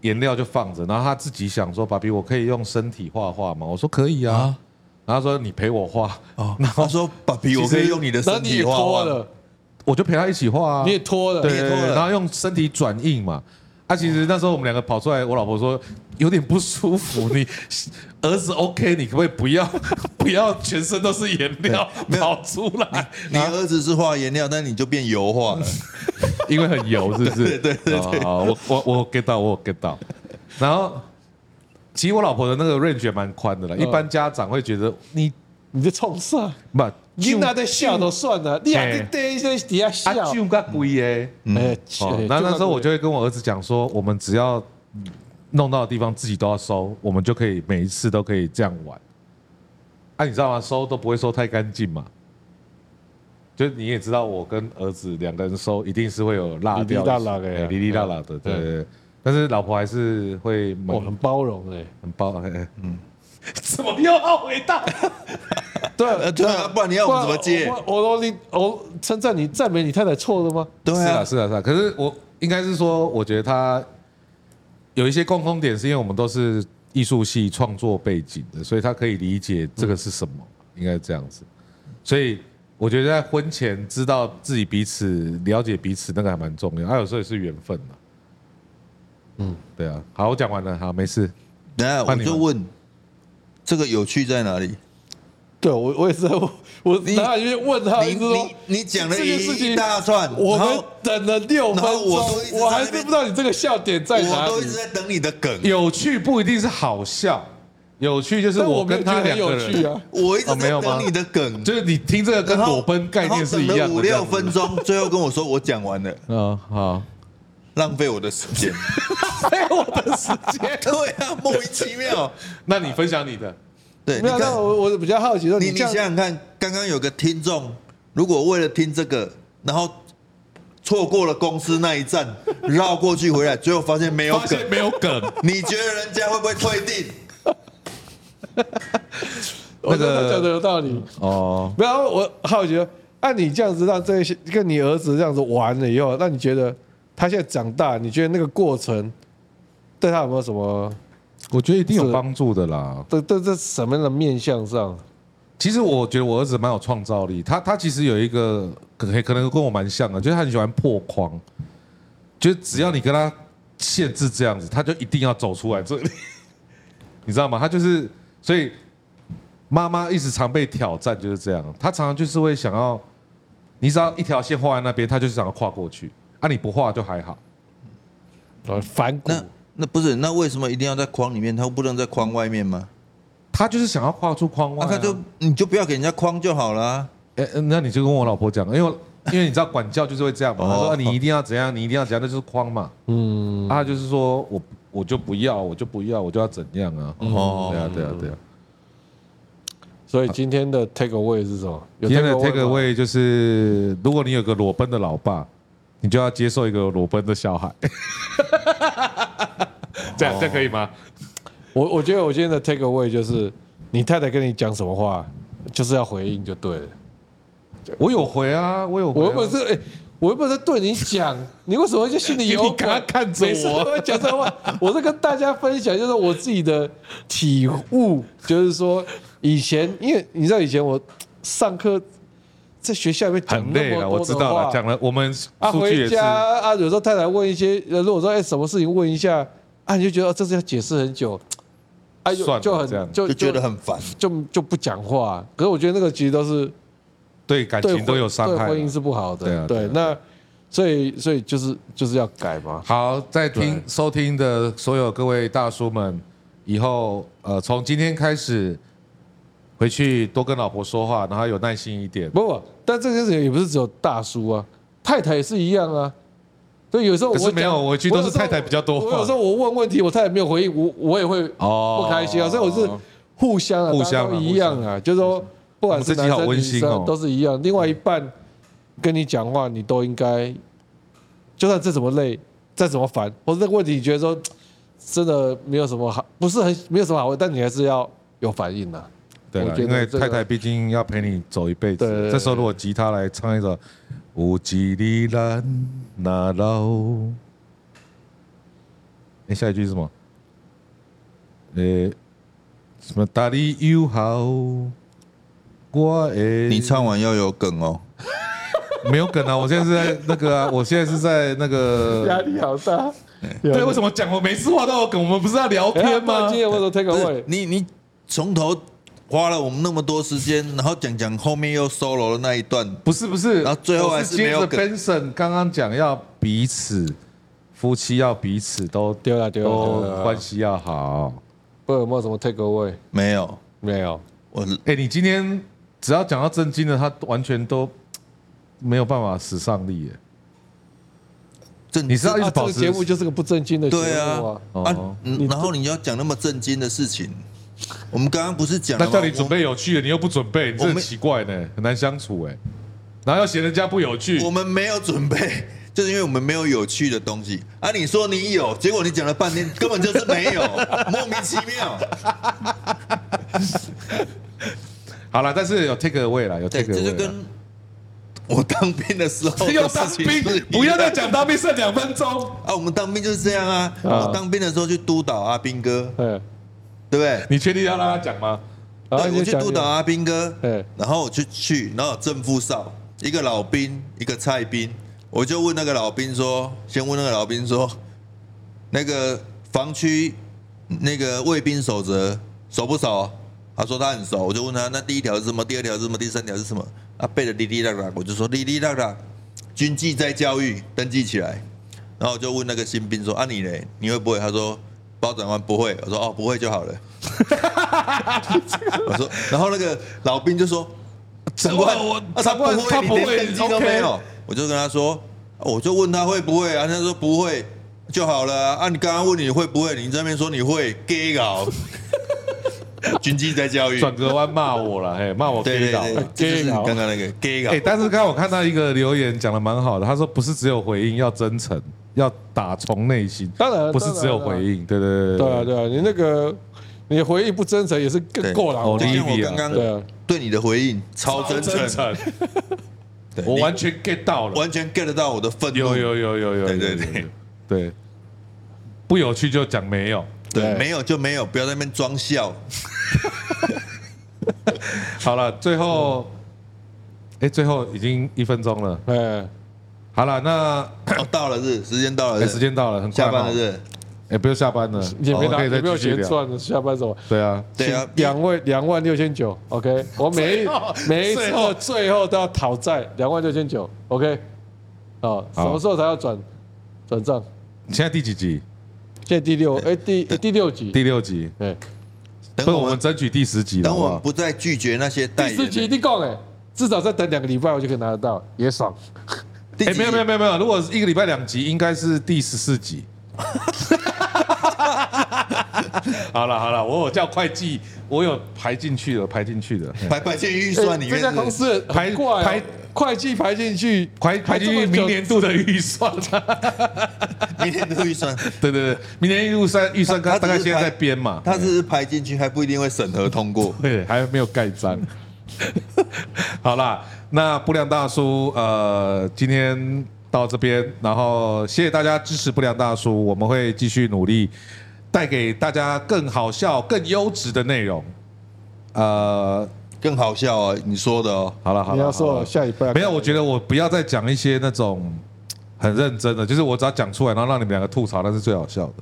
Speaker 1: 颜料就放着，然后他自己想说，爸比，我可以用身体画画吗？我说可以啊，
Speaker 3: 啊
Speaker 1: 然后他说你陪我画，
Speaker 3: 哦，他说：“爸比，我可以用你的
Speaker 2: 然后
Speaker 3: 身
Speaker 2: 你也
Speaker 3: 体画
Speaker 2: 脱
Speaker 3: 画。”
Speaker 2: 了，
Speaker 1: 我就陪他一起画啊，
Speaker 2: 你也脱了，
Speaker 1: 对
Speaker 3: 也脱了
Speaker 1: 然后用身体转印嘛。啊，其实那时候我们两个跑出来，我老婆说有点不舒服，你儿子 OK，你可不可以不要 <laughs> 不要全身都是颜料
Speaker 3: 没有
Speaker 1: 跑出来？
Speaker 3: 你儿子是画颜料，但你就变油画了。
Speaker 1: 因为很油，是不是？
Speaker 3: 对对对对
Speaker 1: 好，好我我我 get 到，我有 get 到。然后，其实我老婆的那个 range 也蛮宽
Speaker 3: 嗯
Speaker 1: 的啦。一般家长会觉得你
Speaker 2: 你在冲啥？
Speaker 1: 不
Speaker 2: 你那在笑都算了，你还在对在底下
Speaker 1: 啊
Speaker 2: 笑，
Speaker 1: 就个贵耶。
Speaker 3: 嗯
Speaker 2: 哎，
Speaker 1: 哦
Speaker 2: 哎，
Speaker 1: 那那时候我就
Speaker 2: 得
Speaker 1: 会跟我儿子讲说，我们只要弄到的地方自己都要收，我们就可以每一次都可以这样玩。啊，你知道吗？收都不会收太干净嘛。就是你也知道，我跟儿子两个人收，一定是会有辣掉
Speaker 2: 哩哩啦啦的
Speaker 1: 哎哩哩啦啦的，对对对。但是老婆还是会蛮
Speaker 2: 我很包容哎，
Speaker 1: 很包，哎嗯，
Speaker 4: 怎么又要回到？
Speaker 2: 对啊
Speaker 3: 呃，对啊，不然你要我们怎么接？
Speaker 2: 我我我你我称赞你赞美你太太错了吗？
Speaker 3: 对
Speaker 1: 是啊
Speaker 3: 啊，
Speaker 1: 是啊是啊。可是我应该是说，我觉得他有一些共通点，是因为我们都是艺术系创作背景的，所以他可以理解这个是什么，应该这样子。所以我觉得在婚前知道自己彼此了解彼此，那个还蛮重要。啊，有时候也是缘分呐。嗯，对啊。好，我讲完了，好，没事。
Speaker 3: 等一下我
Speaker 1: 换你
Speaker 3: 就
Speaker 1: 们
Speaker 3: 问，这个有趣在哪里？
Speaker 2: 对我我也是在问，我
Speaker 3: 你
Speaker 2: 当然就是问他，
Speaker 3: 你
Speaker 2: 就是说
Speaker 3: 你你讲了
Speaker 2: 啊这件
Speaker 3: 一
Speaker 2: 事情
Speaker 3: 一大串
Speaker 2: 我
Speaker 3: 然
Speaker 2: 们
Speaker 3: 后
Speaker 2: 等了六分
Speaker 3: 然后
Speaker 2: 钟，
Speaker 3: 我都一直在
Speaker 2: 我还
Speaker 3: 那
Speaker 2: 是
Speaker 3: 边
Speaker 2: 不知道你这个笑点在
Speaker 3: 我
Speaker 2: 哪
Speaker 3: 都一
Speaker 2: 里
Speaker 3: 直。在等你的梗，
Speaker 1: 有趣不一定是好笑，有趣就是
Speaker 2: 但
Speaker 1: 我
Speaker 2: 没有
Speaker 1: 跟
Speaker 2: 觉
Speaker 1: 他
Speaker 2: 得很
Speaker 1: 两个
Speaker 2: 有
Speaker 1: 人
Speaker 2: 趣啊，
Speaker 3: 我一直
Speaker 1: 哦没
Speaker 3: 在
Speaker 1: 有吗
Speaker 3: 等你的梗，
Speaker 1: 就是你听这个跟
Speaker 3: 然后
Speaker 1: 裸奔概念是一样
Speaker 3: 然
Speaker 1: 的，
Speaker 3: 后等了五
Speaker 1: 这样
Speaker 3: 六
Speaker 1: 子
Speaker 3: 分钟，最后跟我说我讲完了，
Speaker 1: 嗯，好，
Speaker 3: 浪费我的时间。
Speaker 2: 在我的时间。
Speaker 3: <laughs> 对啊，莫名其妙。
Speaker 1: 那你分享你的，
Speaker 3: 对，你
Speaker 2: 没有，
Speaker 3: 看
Speaker 2: 那，我我比较好奇说，
Speaker 3: 你
Speaker 2: 你
Speaker 3: 你
Speaker 2: 这
Speaker 3: 想
Speaker 2: 样
Speaker 3: 想看，刚刚有个听众，如果为了听这个，然后错过了公司那一站，绕过去
Speaker 2: <laughs>
Speaker 3: 回来，最后发现没有
Speaker 1: 发
Speaker 3: 梗，
Speaker 1: 现没有梗，
Speaker 3: 你觉得人家会不会退
Speaker 2: 哦
Speaker 3: 订？
Speaker 2: 我
Speaker 1: 那
Speaker 2: 觉得
Speaker 1: 个
Speaker 2: 他讲的有道理。
Speaker 1: 哦，
Speaker 2: 没有，我好奇说，按你这样子让这些跟你儿子这样子玩了以后，那你觉得他现在长大，你觉得那个过程对他有没有什么？
Speaker 1: 我觉得一定有
Speaker 2: 是
Speaker 1: 帮助的啦。
Speaker 2: 对对，这什么样的面向上？
Speaker 1: 其实我觉得我儿子蛮有创造力，他他其实有一个可可能跟我蛮像的，就是他很喜欢破框，就是只要你跟他限制这样子，他就一定要走出来这里， <laughs> 你知道吗？他就是所以妈妈一直常被挑战就是这样，他常常就是会想要，你只要一条线画在那边，他就是想要跨过去，啊你不画就还好。
Speaker 2: 呃，反骨。
Speaker 3: 那那不是？那为什么一定要在框里面？他不能在框外面吗？
Speaker 1: 他就是想要跨出框外、
Speaker 3: 那
Speaker 1: 啊
Speaker 3: 他就你就不要给人家框就好啦。
Speaker 1: 哎、呃那你就跟我老婆讲，因为因为你知道管教就是会这样嘛。
Speaker 3: 哦
Speaker 1: 他说、啊你一定要怎样，你一定要怎样，那就是框嘛。嗯，啊，就是说我我就不要，我就不要，我就要怎样啊？
Speaker 2: 嗯
Speaker 1: 哦
Speaker 3: 哦，
Speaker 1: 对啊，对啊，对啊。
Speaker 2: 所以今天的 take away 是什么？有
Speaker 1: 今天的
Speaker 2: takeaway
Speaker 1: take
Speaker 2: 吗
Speaker 1: away 就是，如果你有个裸奔的老爸，你就要接受一个裸奔的小孩。 <laughs> 这样这样可以吗？
Speaker 2: 我我觉得我今天的 take away 就是，你太太跟你讲什么话，就是要回应就对了。
Speaker 1: 我有回啊，我有回、啊。
Speaker 2: 我原本是哎、我原本是对你讲， <laughs> 你为什么就心里有
Speaker 1: 你
Speaker 2: 鬼
Speaker 1: 刚刚看着我
Speaker 2: 每次都会讲这话，我是跟大家分享，就是我自己的体悟，就是说以前，因为你知道以前我上课在学校里面讲
Speaker 1: 很
Speaker 2: 那
Speaker 1: 累
Speaker 2: 么
Speaker 1: 了，
Speaker 2: 多
Speaker 1: 我
Speaker 2: 的
Speaker 1: 知道
Speaker 2: 话
Speaker 1: 了，讲了我们
Speaker 2: 啊，
Speaker 1: 数据
Speaker 2: 回
Speaker 1: 也是
Speaker 2: 家，啊，有时候太太问一些，呃如果说哎、什么事情问一下，啊，你就觉得、哦、这是要解释很久，啊，有
Speaker 1: 算了
Speaker 2: 就
Speaker 1: 这样
Speaker 2: 很就
Speaker 3: 就觉得很烦。
Speaker 2: 就就就不讲话。可是我觉得那个其实都是
Speaker 1: 对感
Speaker 2: 对
Speaker 1: 情
Speaker 2: 婚
Speaker 1: 哎都有伤害
Speaker 2: 对。婚姻是不好的。
Speaker 1: 对啊对啊
Speaker 2: 那所以所以就是就是要改嘛。
Speaker 1: 好，在听
Speaker 2: 对
Speaker 1: 收听的所有各位大叔们，以后呃，从今天开始回去多跟老婆说话，然后有耐心一点。
Speaker 2: 不不，但这件事情也不是只有大叔啊，太太也是一样啊。所以有时候我
Speaker 1: 可是
Speaker 2: 讲
Speaker 1: 没有我去都是
Speaker 2: 有时候
Speaker 1: 太太比较多
Speaker 2: 我
Speaker 1: 话
Speaker 2: 有时候我问问题，我太太没有回应，我我也会
Speaker 1: 哦
Speaker 2: 不开心啊。所以我是互相啊，
Speaker 1: 互相啊
Speaker 2: 大家都一样啊，就是说不管是
Speaker 1: 我们这集
Speaker 2: 男
Speaker 1: 好
Speaker 2: 生
Speaker 1: 温
Speaker 2: 女
Speaker 1: 馨哦
Speaker 2: 生都是一样。另外一半跟你讲话，你都应该，就算再怎么累，再怎么烦，或者这个问题你觉得说真的没有什么好，不是很没有什么好，但你还是要有反应啊。
Speaker 1: 对
Speaker 2: 我
Speaker 1: 了，
Speaker 2: 觉得
Speaker 1: 因为
Speaker 2: 这个
Speaker 1: 太太毕竟要陪你走一辈
Speaker 2: 对对
Speaker 1: 子。
Speaker 2: 对
Speaker 1: 这时候如果吉他来唱一首《无吉里兰那老》，哎，下一句是什么？呃，什么？大你友好，我诶，
Speaker 3: 你唱完要有梗哦，
Speaker 1: 没有梗啊！我现在是在那个啊，我现在是在那
Speaker 2: 压
Speaker 1: 个。
Speaker 2: 力好大。
Speaker 1: <laughs> 对，为什么讲我每次话都有梗？我们不是要聊
Speaker 2: 哎呀
Speaker 1: 天
Speaker 2: 不然
Speaker 1: 吗
Speaker 2: 今？天我说 take
Speaker 3: 不
Speaker 2: away
Speaker 3: 是。你你从头花了我们那么多时间，然后讲讲后面又 solo 的那一段，
Speaker 1: 不是不是，
Speaker 3: 然后最后
Speaker 1: 我
Speaker 3: 还
Speaker 1: 是
Speaker 3: 是
Speaker 1: 接
Speaker 3: 没有
Speaker 1: 着
Speaker 3: 梗
Speaker 1: Benson 刚刚讲要彼此夫妻要彼此都
Speaker 2: 丢了丢了丢
Speaker 1: 都
Speaker 2: 了
Speaker 1: 关系要好。
Speaker 2: 不知道有没有什么 take away？
Speaker 3: 没有
Speaker 2: 没有，
Speaker 3: 我
Speaker 1: 哎，你今天只要讲到正经的，他完全都没有办法使上力耶。
Speaker 3: 正
Speaker 1: 你知道一直
Speaker 2: 啊，这
Speaker 1: 保
Speaker 2: 个
Speaker 1: 持
Speaker 2: 节目就是个不正经的节
Speaker 3: 对
Speaker 2: 目啊
Speaker 3: 啊。
Speaker 1: 哦
Speaker 3: 啊，嗯然后你要讲那么震惊的事情，我们刚刚不是讲了
Speaker 1: 那
Speaker 3: 吗
Speaker 1: 叫你准备有趣的，你又不准备，你这
Speaker 3: 我
Speaker 1: 很
Speaker 3: 们
Speaker 1: 奇怪呢，很难相处哎。然后要嫌人家不有趣
Speaker 3: 我，我们没有准备，就是因为我们没有有趣的东西。啊，你说你有，结果你讲了半天，根本就是没有，莫名其妙。
Speaker 1: 好了，但是有 take away 了，有
Speaker 3: 对，
Speaker 1: take
Speaker 3: 这
Speaker 1: away
Speaker 3: 就
Speaker 1: 啦。
Speaker 3: 跟我当兵的时候
Speaker 1: 要
Speaker 3: 的
Speaker 1: 当
Speaker 3: 哦事情
Speaker 1: 兵
Speaker 3: 是一，
Speaker 1: 不要
Speaker 3: 样
Speaker 1: 再讲当兵，剩两分钟。
Speaker 3: 啊！我们当兵就是这样啊。
Speaker 2: 啊
Speaker 3: 我当兵的时候去督导阿兵哥，
Speaker 2: 嗯，
Speaker 3: 对不对？
Speaker 1: 你确定要让他讲吗？
Speaker 2: 然后
Speaker 3: 对，
Speaker 2: 你哎
Speaker 3: 我去
Speaker 2: 就讲
Speaker 3: 督导阿兵哥
Speaker 2: 对，
Speaker 3: 然后我就去，然后有正副少，一个老兵，一个菜兵，我就问那个老兵说，先问那个老兵说，那个防区那个卫兵守则熟不熟？他说他很熟，我就问他那第一条是什么，第二条是什么，第三条是什么？啊，背的哩哩啦啦，我就说哩哩啦啦，军纪在教育登记起来，然后我就问那个新兵说啊你嘞，你会不会？他说包长官不会，我说哦不会就好了。
Speaker 1: <laughs>
Speaker 3: 我说，然后那个老兵就说，长官，
Speaker 1: 哦我
Speaker 3: 啊他不
Speaker 1: 长官
Speaker 3: 会，
Speaker 1: 他
Speaker 3: 你
Speaker 1: 不
Speaker 3: 连
Speaker 1: 会
Speaker 3: 登记都
Speaker 1: OK
Speaker 3: 没有。我就跟他说，哦我就问他会不会啊，他说不会就好了啊。啊你刚刚问你会不会，你这边说你会
Speaker 1: <laughs>
Speaker 3: ，gay 搞，军纪在教育，
Speaker 1: 转个弯骂我了，嘿，骂我
Speaker 3: 对对
Speaker 1: gay 佬。
Speaker 3: 对，这就是你
Speaker 2: gay 搞
Speaker 3: 刚刚那个 gay 搞
Speaker 1: 哎、，但是刚刚我看到一个留言讲的蛮好的，他说不是只有回应，要真诚，要打从内心。
Speaker 2: 当然
Speaker 1: 不是只有回应，对对对
Speaker 2: 对啊对啊，你那个你的回忆不真诚也是更
Speaker 3: 对
Speaker 2: 够了
Speaker 1: 哦
Speaker 2: 嘛。
Speaker 3: 就像我
Speaker 1: Olivia，
Speaker 3: 刚
Speaker 2: 对
Speaker 3: 刚
Speaker 2: 啊
Speaker 3: 对你的回应超真
Speaker 1: 真
Speaker 3: 诚，
Speaker 1: 诚，
Speaker 3: 对
Speaker 1: 我
Speaker 3: 你
Speaker 1: 完全 get 到了，
Speaker 3: 完全 get 到我的愤怒，
Speaker 1: 有有有有有，
Speaker 3: 对对
Speaker 1: 有有
Speaker 3: 对
Speaker 1: 有对，不有趣就讲没有。
Speaker 3: 对，
Speaker 2: 对
Speaker 3: 没有就没有，不要在那边装笑。
Speaker 1: <coughs> 好了，最
Speaker 3: 嗯
Speaker 1: 后，哎、最后已经一分钟了。
Speaker 2: 哎，
Speaker 1: 好了，那、
Speaker 3: 哦，到了是时间到了
Speaker 1: 哎
Speaker 3: 是，
Speaker 1: 时间到了，很快
Speaker 3: 下
Speaker 1: 哦
Speaker 3: 班了是，
Speaker 1: 哎、不用下班了，
Speaker 2: 也没
Speaker 1: 我们
Speaker 2: 拿
Speaker 1: 哦可以
Speaker 2: 也
Speaker 1: 再
Speaker 2: 没有
Speaker 1: 继续
Speaker 2: 钱
Speaker 1: 聊。
Speaker 2: 赚，下班什么？
Speaker 1: 对啊，
Speaker 3: 对啊，
Speaker 2: 两万两万六千九，OK，我
Speaker 1: <laughs>
Speaker 2: 每一 <laughs> 每一次
Speaker 1: 最后
Speaker 2: 最后都要讨债两万六千九，OK，哦，什
Speaker 1: 好
Speaker 2: 么时候才要转转账？
Speaker 1: 现在第几集？
Speaker 2: 现在第六哎第第六集，
Speaker 1: 第六集。
Speaker 2: 哎
Speaker 3: 等
Speaker 1: 不，
Speaker 3: 我
Speaker 1: 我
Speaker 3: 们
Speaker 1: 们争取第十集了，
Speaker 3: 等
Speaker 1: 好不
Speaker 3: 我
Speaker 1: 好
Speaker 3: 们不再拒绝那些代言
Speaker 2: 第十
Speaker 3: 人。
Speaker 2: 集你讲哎，至少再等两个礼拜我就可以拿得到，也爽。
Speaker 3: 第
Speaker 1: 哎、
Speaker 3: 几集
Speaker 1: 没有没有没有没有，如果是一个礼拜两集，应该是第十四
Speaker 2: <laughs>
Speaker 1: 集。好了好了，我有叫会计，我有排进去的，排进去的。
Speaker 3: 排排进预
Speaker 2: 欸
Speaker 3: 算里面
Speaker 2: 这家公
Speaker 3: 是
Speaker 2: 司
Speaker 1: 排
Speaker 2: 排怪哦、
Speaker 1: 排
Speaker 2: 会计排进去，
Speaker 1: 排排进去
Speaker 2: 这么久
Speaker 1: 明年度的预
Speaker 3: <laughs>
Speaker 1: 算，
Speaker 3: 明天的预算，
Speaker 1: 对对对，明年预算预算
Speaker 3: 他
Speaker 1: 大
Speaker 3: 他只是
Speaker 1: 概现在在
Speaker 3: 排
Speaker 1: 编嘛，
Speaker 3: 他只是排进去还不一定会审核
Speaker 1: <laughs>
Speaker 3: 通过。
Speaker 1: 对，还没有盖章。 <laughs> 好啦，那不良大叔，呃，今天到这边，然后谢谢大家支持不良大叔，我们会继续努力，带给大家更好笑、更优质的内容。呃，
Speaker 3: 更好笑哦，你说的哦，
Speaker 1: 好了好了，
Speaker 2: 你要
Speaker 1: 好
Speaker 2: 说
Speaker 1: 了
Speaker 2: 下礼拜
Speaker 1: 没有，我觉得我不要再讲一些那种很认真的，就是我只要讲出来，然后让你们两个吐槽，那是最好笑的，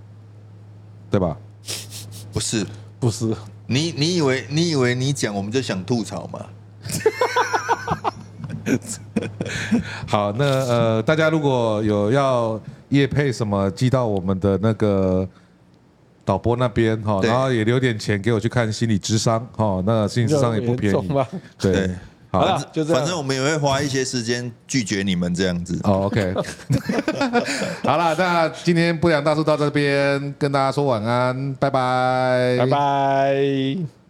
Speaker 1: 对吧？
Speaker 3: 不是，
Speaker 2: 不是
Speaker 3: 你你以为你以为你讲我们就想吐槽吗？
Speaker 1: 好，那呃，大家如果有要夜配什么，寄到我们的那个导播那边哈，
Speaker 3: 对
Speaker 1: 然后也留点钱给我去看心理智商哈，那心理智商也不便
Speaker 2: 严
Speaker 1: 宜
Speaker 2: 重吗，
Speaker 1: 对
Speaker 3: 对，
Speaker 1: 好
Speaker 2: 好了，就这样
Speaker 3: 反。正我们也会花一些时间拒绝你们这样子。
Speaker 1: 哦，OK，好啦，那今哎天不良大叔到这边跟大家说晚安，拜拜，
Speaker 2: 拜拜。